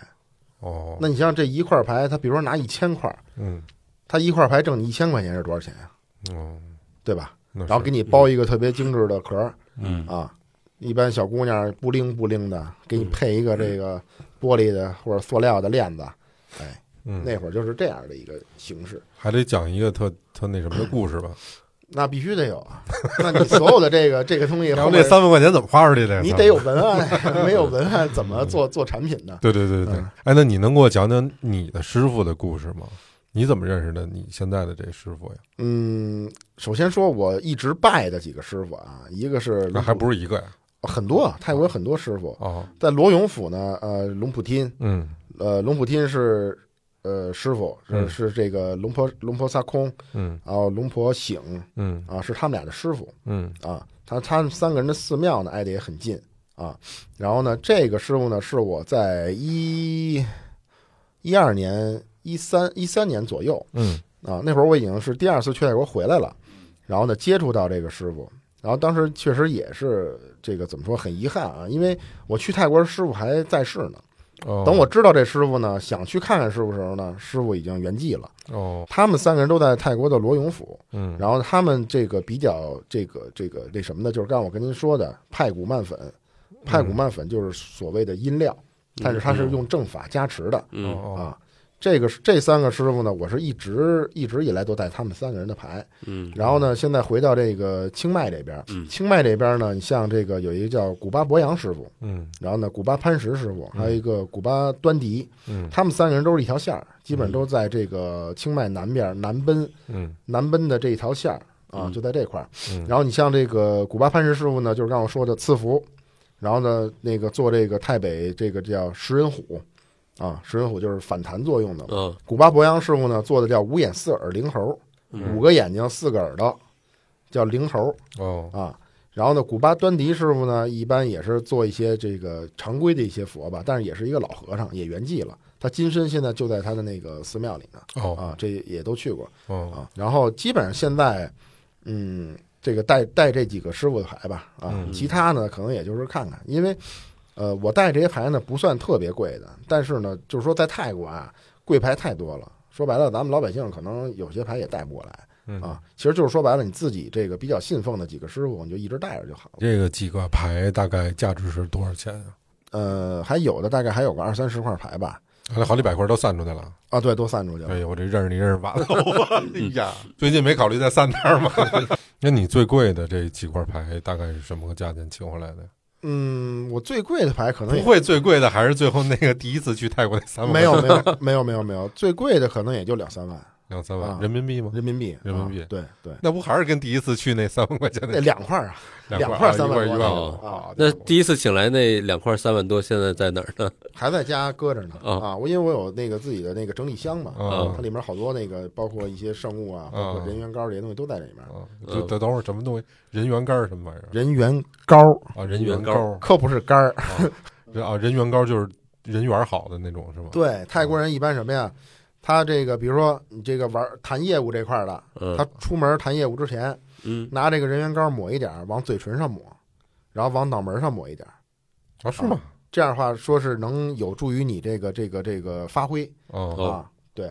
哦，
那你像这一块牌，他比如说拿一千块，
嗯，
他一块牌挣你一千块钱是多少钱呀、
哦，
对吧？
那
然后
是
给你包一个特别精致的壳儿
嗯
啊，一般小姑娘不灵不灵的，给你配一个这个玻璃的或者塑料的链子，哎
嗯，
那会儿就是这样的一个形式。
还得讲一个特特那什么的故事吧？
那必须得有啊！那你所有的这个这个东西
然后
后
那
面，
三万块钱怎么花出去的呀？
你
操
得有文案，没有文案怎么做做产品呢？
对对对对对
嗯。
哎，那你能给我讲讲你的师傅的故事吗？你怎么认识的你现在的这师傅呀？
嗯，首先说我一直拜的几个师傅啊，一个是
那还不是一个呀？
很多啊，泰国有很多师傅，
哦，
在罗永府呢，呃，龙普汀，
嗯
呃，龙普汀是呃师傅，是
嗯
是这个龙婆龙婆萨空，
嗯
然后龙婆醒
嗯
啊，是他们俩的师傅
嗯
啊。他他们三个人的寺庙呢，挨得也很近啊。然后呢，这个师傅呢，是我在一一二年、一三一三年左右
嗯
啊，那会儿我已经是第二次去泰国回来了，然后呢接触到这个师傅，然后当时确实也是这个怎么说很遗憾啊，因为我去泰国师傅还在世呢。
哦，
等我知道这师傅呢，想去看看师傅的时候呢，师傅已经圆寂了。
哦，
他们三个人都在泰国的罗永府，
嗯
然后他们这个比较这个这个那什么呢，就是刚才我跟您说的派古曼粉，派古曼粉就是所谓的阴料，但是它是用正法加持的
嗯
嗯，
哦
啊。这个这三个师傅呢，我是一直一直以来都带他们三个人的牌。
嗯，
然后呢，现在回到这个清迈这边，
嗯
清迈这边呢，你像这个有一个叫古巴博洋师傅，
嗯
然后呢，古巴潘石师傅，还有一个古巴端迪，
嗯
他们三个人都是一条线儿，基本都在这个清迈南边儿南奔
嗯
南奔的这一条线儿啊，
嗯
就在这块儿。
嗯
然后你像这个古巴潘石师傅呢，就是刚我说的赐福，然后呢那个做这个太北这个叫食人虎啊，食人虎就是反弹作用的。
嗯
古巴博洋师傅呢做的叫五眼四耳灵猴，
嗯
五个眼睛四个耳朵，叫灵猴
哦
啊。然后呢，古巴端迪师傅呢，一般也是做一些这个常规的一些佛吧，但是也是一个老和尚，也圆寂了。他金身现在就在他的那个寺庙里呢，
哦
啊，这也都去过
哦
啊。然后基本上现在，嗯，这个带带这几个师傅的牌吧，啊
嗯，
其他呢可能也就是看看，因为，呃，我带这些牌呢不算特别贵的，但是呢，就是说在泰国啊，贵牌太多了，说白了，咱们老百姓可能有些牌也带不过来。
嗯
啊，其实就是说白了，你自己这个比较信奉的几个师傅，你就一直带着就好了。
这个几个牌大概价值是多少钱啊？
呃，还有的大概还有个二三十块牌吧。
那好几百块都散出去了。
啊，对，都散出去
哎
了。
呀，我这认识你认识完 了，我哎呀，最近没考虑再散摊儿吗？那你最贵的这几块牌大概是什么个价钱请回来的？
嗯，我最贵的牌可能
不
也
会最贵的还是最后那个第一次去泰国那三万块
没有没有没有没有没有，最贵的可能也就两三万
两三万
啊
人民币吗？
人民币。
人民币
啊对对，
那不还是跟第一次去那三万块钱
那
那
两块儿啊，
两
块
块
儿三万
一块
多
一
哦
块
啊，
那第一次请来那两块三万多，现在在哪儿呢？
还在家搁着呢
啊
啊。我因为我有那个自己的那个整理箱嘛，
啊
它里面好多那个包括一些圣物啊，包括人缘膏这些东西都在里面。
啊，就等等会儿什么东西，人缘杆儿什么玩意儿
人缘膏
啊？人
缘
缘
杆
杆
儿
儿
可不是杆儿，
人啊，人缘高就是人缘好的那种是吧？，
对，泰国人一般什么呀？他这个，比如说你这个玩儿谈业务这块儿的，他
嗯
出门谈业务之前，
嗯，
拿这个人缘膏抹一点儿，往嘴唇上抹，然后往脑门上抹一点儿，
啊是吗？
这样的话说是能有助于你这个这个这个发挥
哦，
哦
啊。对，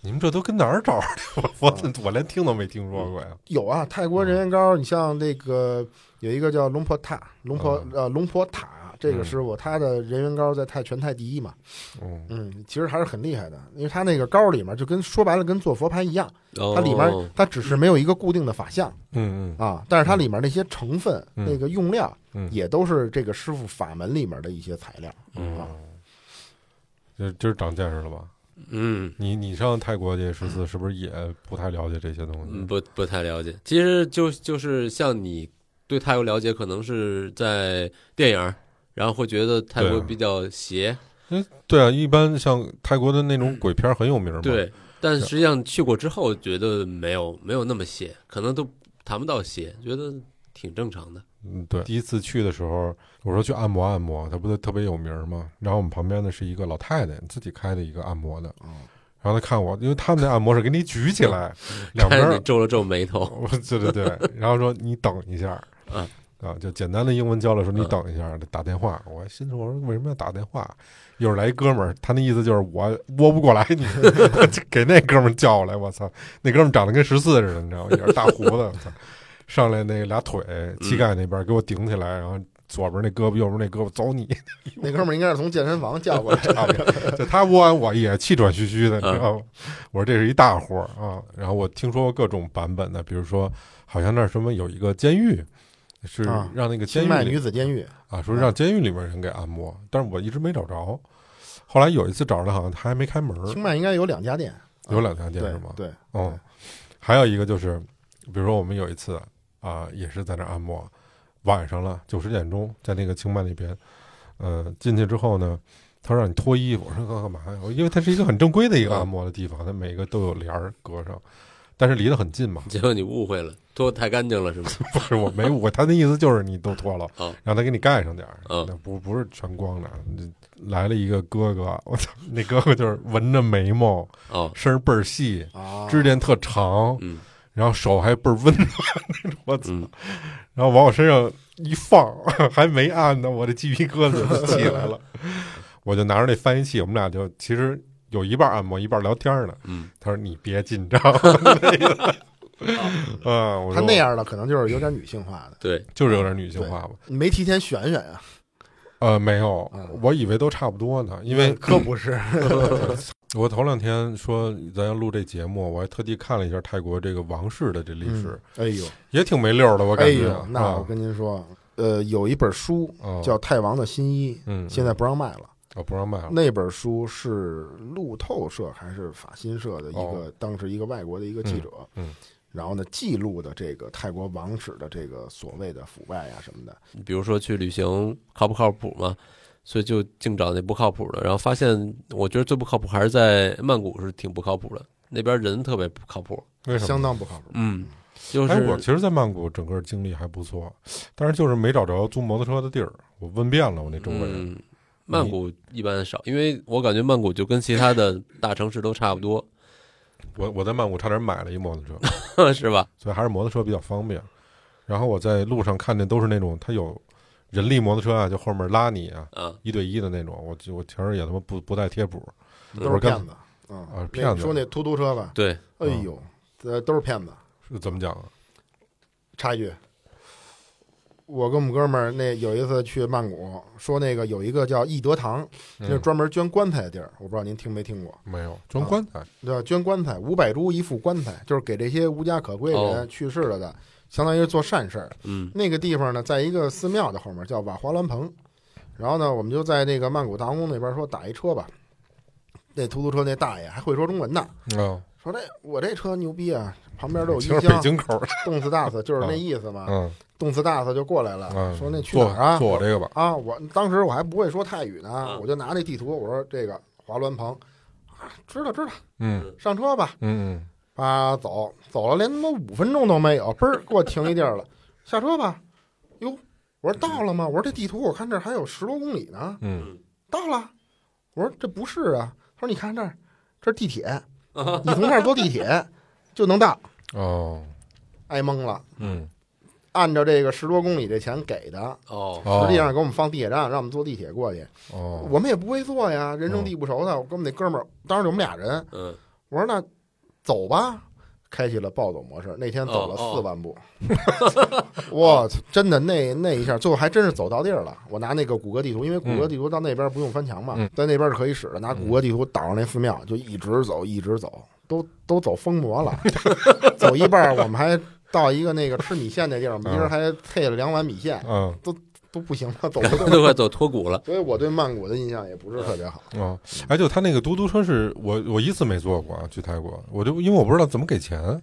你们这都跟哪儿找着的？ 我
嗯
我我连听都没听说过呀。
有啊，泰国人缘
嗯
膏，你像那个有一个叫龙婆塔，龙婆
嗯
呃龙婆塔这个
嗯
师傅，他的人缘膏在泰全泰第一嘛，
嗯，
嗯，其实还是很厉害的，因为他那个膏里面就跟说白了跟做佛牌一样，它
它
里面它只是没有一个固定的法相。
哦嗯嗯
啊，但是它里面那些成分、
嗯
那个用料，
嗯
也都是这个师傅法门里面的一些材料。啊
嗯，这这是长见识了吧？
嗯。
你你上泰国去十次，是不是也不太了解这些东
嗯，
西？
不不太了解。其实就就是像你对泰国了解，可能是在电影儿，然后会觉得泰国
对啊
比较邪，
对啊，一般像泰国的那种鬼片儿很有名嘛。
对。但实际上去过之后，觉得没有没有那么邪，可能都谈不到邪，觉得挺正常的。
嗯，对，第一次去的时候，我说去按摩按摩，它不是特别有名儿吗？然后我们旁边呢是一个老太太自己开的一个按摩的，然后她看我，因为他们那按摩是给你举起来，两边
看你
儿，
皱了皱眉头，
我 对对对，然后说你等一下
嗯，
啊，就简单的英文交流说你
嗯
等一下，打电话。我心说我说为什么要打电话？一会儿来一哥们儿，他那意思就是我窝不过来你， 就给那哥们儿叫来，我操，那哥们儿长得跟十四似的，你知道吗？也是大胡子，我操，上来那俩腿膝盖那边给我顶起来，然后左边那胳膊，右边那胳膊，走你！
那哥们儿应该是从健身房 叫过来的，
差不多就他窝完我也气喘吁吁的，你知道吗？我说这是一大活儿啊。然后我听说过各种版本的，比如说好像那儿什么有一个监狱，是
啊
让那个监
清
狱
迈
里
女子监嗯狱
啊，说是让监狱里面人给按摩，但是我一直没找着。后来有一次找着，好像他还没开门儿，
清迈应该有两家店，
有两家店
对
嗯是吗？
对，
嗯，还有一个就是，比如说我们有一次啊、也是在那儿按摩，晚上了九十点钟，在那个清迈那边，呃，进去之后呢，他让你脱衣服，我说干干嘛呀？我因为它是一个很正规的一个按摩的地方，它每个都有帘儿隔上，但是离得很近嘛。
结果你误会了，脱太干净了 是吗？
不是我没我，他的意思就是你都脱了
哦，
让他给你盖上点儿，
嗯
那不不是全光着。来了一个哥哥，我操，那哥哥就是纹着眉毛，
哦，
身儿倍儿细，
啊，
指甲特长，
嗯
然后手还倍儿温暖那种，我操！
嗯，
然后往我身上一放， 还没按呢，我这鸡皮疙瘩就起来了。 我就拿着那翻译器，我们俩就其实有一半按摩，一半聊天呢。
嗯，
他说：“你别紧张。”啊，我
他
说
那样的可能就是有点女性化的，
对，
就是有点女性化吧。
你没提前选选啊，
呃，没有
嗯，
我以为都差不多呢，因为
可不是，
我头两天说咱要录这节目，我还特地看了一下泰国这个王室的这历史，
哎呦，
也挺没溜儿的，我感
哎
觉。
呦，那我跟您说，呃，有一本书
啊
叫《泰王的新衣》，
嗯，哦
现在不嗯让卖了。
我不让卖了。
那本书是路透社还是法新社的一个，
哦
当时一个外国的一个记者，
嗯嗯
然后呢记录的这个泰国王室的这个所谓的腐败啊什么的，
比如说去旅行靠不靠谱嘛，所以就净找那不靠谱的，然后发现我觉得最不靠谱还是在曼谷是挺不靠谱的，那边人特别不靠谱，
为什么？
相当不靠谱。
嗯，就
哎，我
是
其实，在曼谷整个经历还不错，但是就是没找着租摩托车的地儿。我问遍了我那周围人，
嗯，曼谷一般少，因为我感觉曼谷就跟其他的大城市都差不多，
我我在曼谷差点买了一摩托车，
是吧？
所以还是摩托车比较方便。然后我在路上看见都是那种他有人力摩托车啊，就后面拉你啊，
啊，
一对一的那种。我就我前儿也他妈不不带贴谱，
都
我
是
刚
骗子，嗯，
啊嗯骗子
那说那突突车吧，
对，
哎呦，这都是骗子。
是怎么讲啊？
插一句，我跟我们哥们儿那有一次去曼谷，说那个有一个叫义德堂，那是
嗯、
专门捐棺材的地儿，我不知道您听没听过，
没有装棺材，
对吧？捐棺材五百铢一副棺材，就是给这些无家可归
哦
人去世了的，相当于是做善事儿。
嗯
那个地方呢，在一个寺庙的后面，叫瓦华兰蓬。然后呢，我们就在那个曼谷大皇宫那边说打一车吧。那出租车那大爷还会说中文呢，
嗯，
说这我这车牛逼啊，旁边都有
就
音
是北
箱，
京口儿，
动次打次就是那意思嘛，
嗯
动次打次就过来了，
嗯，
说那去
坐
哪儿啊？
坐我这个吧，
啊，我当时我还不会说泰语呢
嗯，
我就拿那地图，我说这个华栾蓬，啊，知道知道，
嗯
上车吧，
嗯嗯，
啊，走走了，连他妈五分钟都没有，嘣儿给我停一地儿了，下车吧。哟，我说到了吗？我说这地图我看这儿还有十多公里呢，
嗯，
到了。我说这不是啊，他说你看这儿，这是地铁，你从这儿坐地铁就能到。
哦，
挨蒙了，
嗯，
按照这个十多公里这钱给的，
哦，
哦
实际上给我们放地铁站，让我们坐地铁过去。
哦，
我们也不会坐呀，人生地不熟的。我跟我们那哥们儿，当时我们俩人，
嗯，
我说那走吧，开启了暴走模式。那天走了
哦哦
四 万步，我操，真的那那一下，最后还真是走到地儿了。我拿那个谷歌地图，因为谷歌地图到那边不用翻墙嘛，
嗯
在那边是可以使的。拿谷歌地图导上那寺庙，就一直走，一直走，都都走疯魔了。 走一半儿，我们还到一个那个吃米线那地儿，我们一人还配了两碗米线，
嗯
都不行了，走 不动
都快走脱骨了，
所以我对曼谷的印象也不是特别好。
哦，哎，就他那个嘟嘟车是我我一次没坐过啊，去泰国，我就因为我不知道怎么给钱，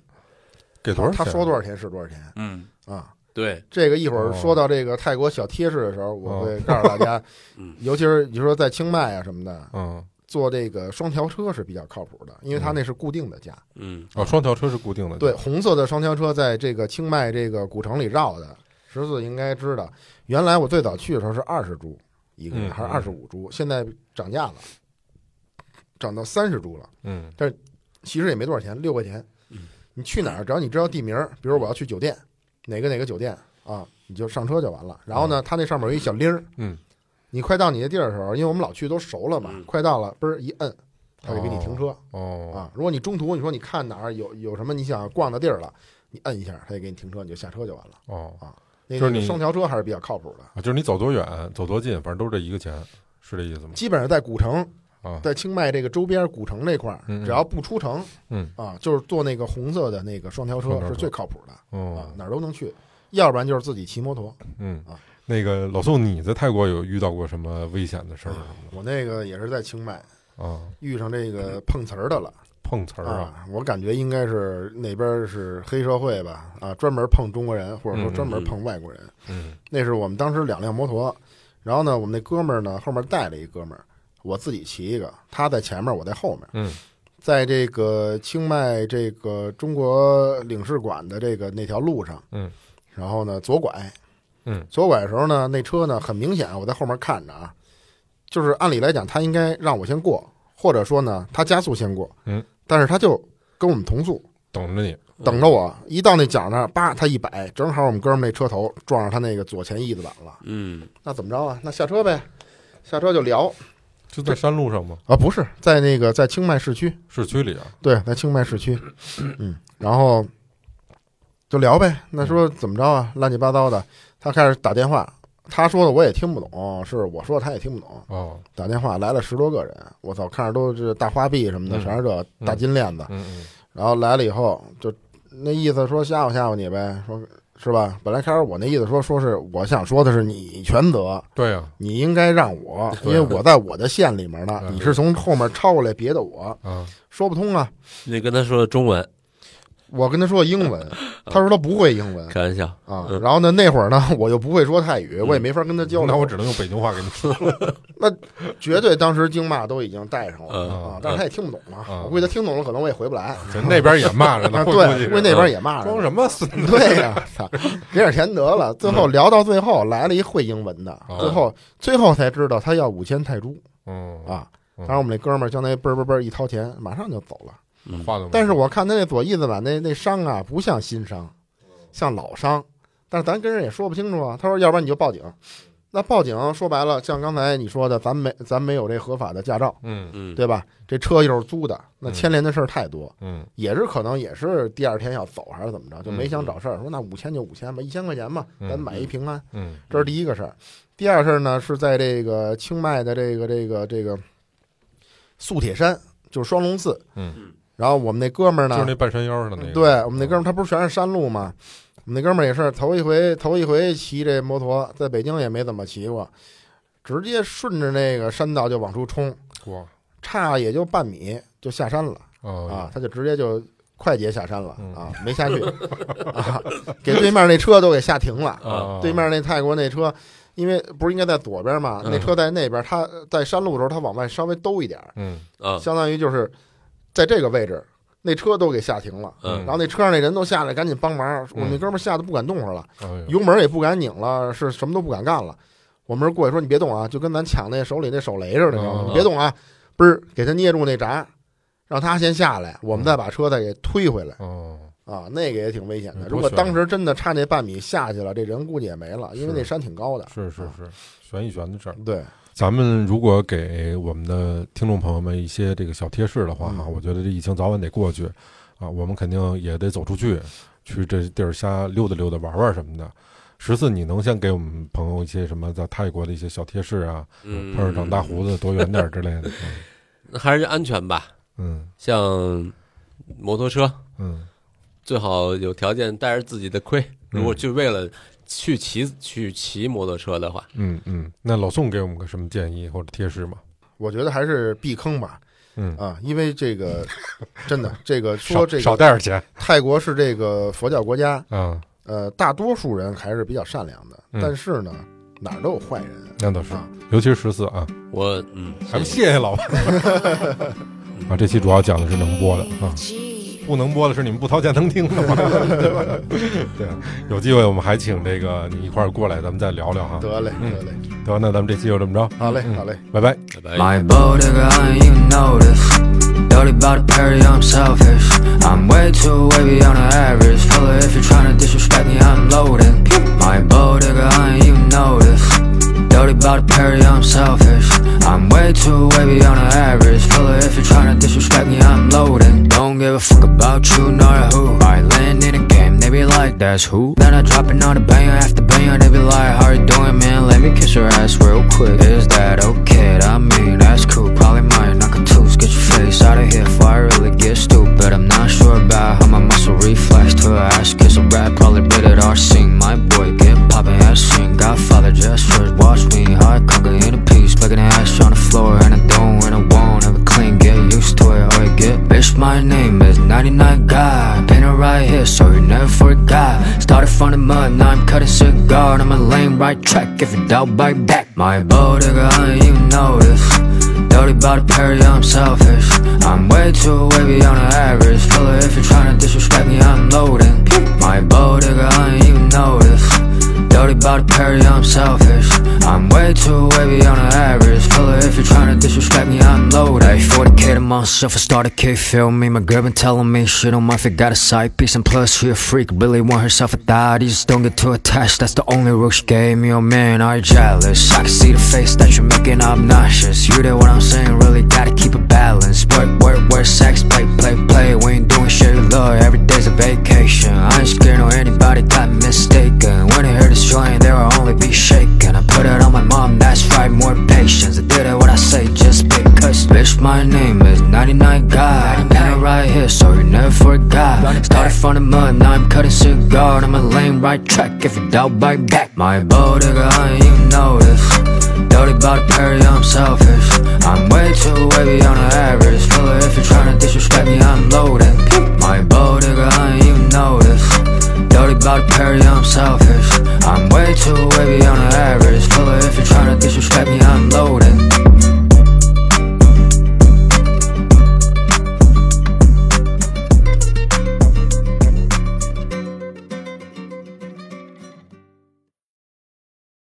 给多少钱？
他说多少钱是多少钱
嗯，
啊？
对，
这个一会儿
啊哦
说到这个泰国小贴士的时候，我
哦
会告诉大家
嗯，
尤其是你说在清迈啊什么的，
嗯，
坐这个双条车是比较靠谱的，因为它那是固定的价。
嗯，
哦，双条车是固定的，
对，，红色的双条车在这个清迈这个古城里绕的，十四应该知道。原来我最早去的时候是二十铢一个人，
嗯
还是二十五铢，现在涨价了，涨到三十铢了。
嗯
其实也没多少钱，六块钱
嗯。
你去哪儿，只要你知道地名儿，比如我要去酒店，哪个哪个酒店啊，你就上车就完了。然后呢，它那上面有一小铃儿，
嗯，
你快到你的地儿的时候，因为我们老去都熟了嘛，
嗯
快到了，嘣儿一摁，它就给你停车、
哦，
啊。如果你中途你说你看哪儿有有什么你想逛的地儿了，你摁一下，它就给你停车，你就下车就完了。
哦
啊，那
就是
个
你
双条车还是比较靠谱的。
啊，就是你走多远，走多近，反正都是这一个钱，是这意思吗？
基本上在古城，
啊，
在清迈这个周边古城那块儿，
嗯嗯
只要不出城，
嗯
啊，就是坐那个红色的那个双条
双
车
条车
是最靠谱的啊
哦，，
哪儿都能去。要不然就是自己骑摩托，
嗯
啊，
那个老宋，你在泰国有遇到过什么危险的事儿什么
我那个也是在清迈
的啊？
遇上这个碰瓷儿的了
碰瓷儿啊，
啊！我感觉应该是那边儿是黑社会吧啊，专门碰中国人或者说
嗯嗯
专门
嗯
碰外国人。
嗯
那是我们当时两辆摩托，然后呢，我们那哥们儿呢后面带了一哥们儿，我自己骑一个，他在前面，我在后面。
嗯，
在这个清迈这个中国领事馆的这个那条路上，
嗯，
然后呢左拐，
嗯，
左拐的时候呢，那车呢很明显我在后面看着啊，就是按理来讲他应该让我先过，或者说呢他加速先过，
嗯，
但是他就跟我们同速，
等着你，
等着我，一到那角那儿，叭，他一摆，正好我们哥们儿那车头撞上他那个左前翼子板了。
嗯，
那怎么着啊？那下车呗，下车就聊
就在山路上吗？
啊，不是在那个在清迈市区，
市区里啊？
对，在清迈市 区，嗯，然后就聊呗。那说怎么着啊？乱七八糟的，他开始打电话，他说的我也听不懂，是我说的他也听不懂。
哦，
打电话来了十多个人，我操，看着都是大花臂什么的，
嗯
全是这
嗯
大金链子。
嗯嗯
然后来了以后，就那意思说吓唬吓唬你呗，说是吧？本来开始我那意思说说是我想说的是你全责，
对啊呀，
你应该让 我，因
对
为我在我的线里面呢，
嗯
你是从后面超过来别的我，
啊，
说不通啊。
你跟他说中文，
我跟他说英 文，他说他不会英文
开玩笑，
啊
嗯。
然后呢，那会儿呢，我又不会说泰语，我也没法跟他交流。
那我只能用北京话给你说
绝对当时经骂都已经带上了
嗯
啊
嗯，
但是他也听不懂啊
嗯。
我估计他听懂了，可能我也回不来。
就那边也骂着
啊，
呢，
对，
我估计
因
是
为那
嗯
边也骂着
装
呢。
什么死？
对呀、操，给点钱得了。最后聊到最后，来了一会英文的，
哦
最后最后才知道他要五千泰铢
嗯，
啊。
嗯
当时我们那哥们儿就那嘣嘣嘣一掏钱，马上就走了。
嗯，
话都，
但是我看他那左翼子板那那伤啊，不像新伤，像老伤。但是咱跟人也说不清楚啊。他说，要不然你就报警。那报警说白了，像刚才你说的，咱没咱没有这合法的驾照，
嗯
嗯，
对吧？这车又是租的，那
嗯
牵连的事儿太多，
嗯
也是可能也是第二天要走还是怎么着，就没
嗯
想找事儿。说那五千就五千吧，一千块钱吧，
嗯
咱买一平安。
嗯
这是第一个事儿。第二事儿呢，是在这个清迈的这个这个这个素铁山，就是双龙寺。
嗯，
然后我们那哥们儿
就
呢，
是那半山腰上的那个，
对我们那哥们儿，他不是全是山路吗？我们那哥们儿也是头一回头一回骑这摩托，在北京也没怎么骑过，直接顺着那个山道就往出冲，
哇
差也就半米就下山了啊
啊，，
他就直接就快捷下山了
嗯
啊，没下去啊，给对面那车都给吓停了。
哦
啊
对面那泰国那车，因为不是应该在左边嘛，
嗯
那车在那边，他在山路的时候他往外稍微兜一点儿，
嗯
啊，
相当于就是在这个位置，那车都给吓停了。
嗯
然后那车上那人都下来，赶紧帮忙。我
嗯
们那哥们儿吓得不敢动会儿了，
哎
油
呦
门也不敢拧了，是什么都不敢干了。我们是过去说你别动啊，就跟咱抢那手里那手雷似的，
嗯
你别动啊，嘣儿给他捏住那闸，让他先下来，
嗯
我们再把车再给推回来
哦，
啊。那个也挺危险的。
嗯
如果
多悬
当时真的差那半米下去了，这人估计也没了，因为
是
那山挺高的。
是是是，悬一悬的事儿。
啊对，
咱们如果给我们的听众朋友们一些这个小贴士的话，哈，
嗯
我觉得这疫情早晚得过去啊，我们肯定也得走出去，去这地儿瞎溜达溜达、玩玩什么的。十四，你能先给我们朋友一些什么在泰国的一些小贴士啊？
嗯，
碰上长大胡子多远点儿之类的。
还是安全吧，
嗯
像摩托车，
嗯
最好有条件带着自己的盔。如果就为了去骑去骑摩托车的话，
嗯嗯，那老宋给我们个什么建议或者贴士吗？
我觉得还是避坑吧
嗯，
啊，因为这 个真的这个
少
说这
少
个
带点钱
泰国是这个佛教国家。
啊，
呃，大多数人还是比较善良的，
嗯
但是呢，哪儿都有坏人
那倒是，
啊。
尤其是十四啊。
我嗯，
咱们谢谢老 板啊！这期主要讲的是能播的啊，不能播的是你们不掏钱能听的嘛， 对吧？对，有机会我们还请这个你一块儿过来，咱们再聊聊哈。
得嘞，
嗯
得嘞，
得，那咱们这期就这么着，
好嘞，
嗯
好嘞。
拜拜。
拜拜。
My boat, nigga, I ain't even notice. Dirty about the dirty, I'm selfish. I'm way too way beyond the average. Fella, if you're tryna disrespect me, I'm loaded. My boat, nigga, I ain't even notice. Dirty about the Perry, I'm selfish. I'm way too way beyond the average. Fella, if you're tryna disrespect me, I'm loaded. Don't give a fuck about you nor who. I land in a game, they be like like that's who. Then I drop it on a banger after banger. They be like, how you doing, man? Let me kiss your ass real quick. Is that okay? I mean, that's cool. Probably might knock a tooth. Get your face out of here before I really get stupid. I'm not sure about how my muscle reflex to her ass. Kiss a rap, probably bit it or sing. My boy get poppin' ass sing. Godfather gestures. Watch me, how I conquer in a piece. Like an ash on the floor, and I don't, and I won't. Have a clean, get used to it, or you get. Bitch, my name is 99 Guy. Painted right here, so you never forgot. Started from the mud, now I'm cutting cigar. I'm a lame right track, if you doubt, bite back. My bodega, I ain't even notice. Dirty body parody, I'm selfish. I'm way too way beyond the average. Fella, if you're trying to disrespect me, I'm loading. My bow, nigga, I ain't even notice. Dirty body parody, I'm selfish. I'm way too way beyond the average. Fella, if you're trying to disrespect me, I'm loaded. Ay, 40k to myself, I started kid, feel me. My girl been telling me she don't mind if I got a side piece. And plus, she a freak, really want herself a thought. You just don't get too attached, that's the only rule she gave me. Oh man, are you jealous? I can see the face that you're making obnoxious. You did what I'm saying, really gotta keep a balance. Work, work, work, sex, play, play, play. We ain't doing shit you love, every day's a vacation. I ain't scared no anybody got mistaken. When they hear this joint, they will only be shaken. I put it on my mom, that's right, more patience. I did it what I say, just because. Bitch, my name is 99 Guy. Now right here, so you never forgot. Started from the mud, now I'm cutting cigar. I'm a lame right track, if you doubt, bite back. My bodega, I ain't even notice. Dirty body parody, I'm selfish. I'm way too way beyond the average. Filler, if you're trying to disrespect me, I'm loaded. My bow, nigga, I ain't even notice. Dirty body parody, I'm selfish. I'm way too way beyond the average.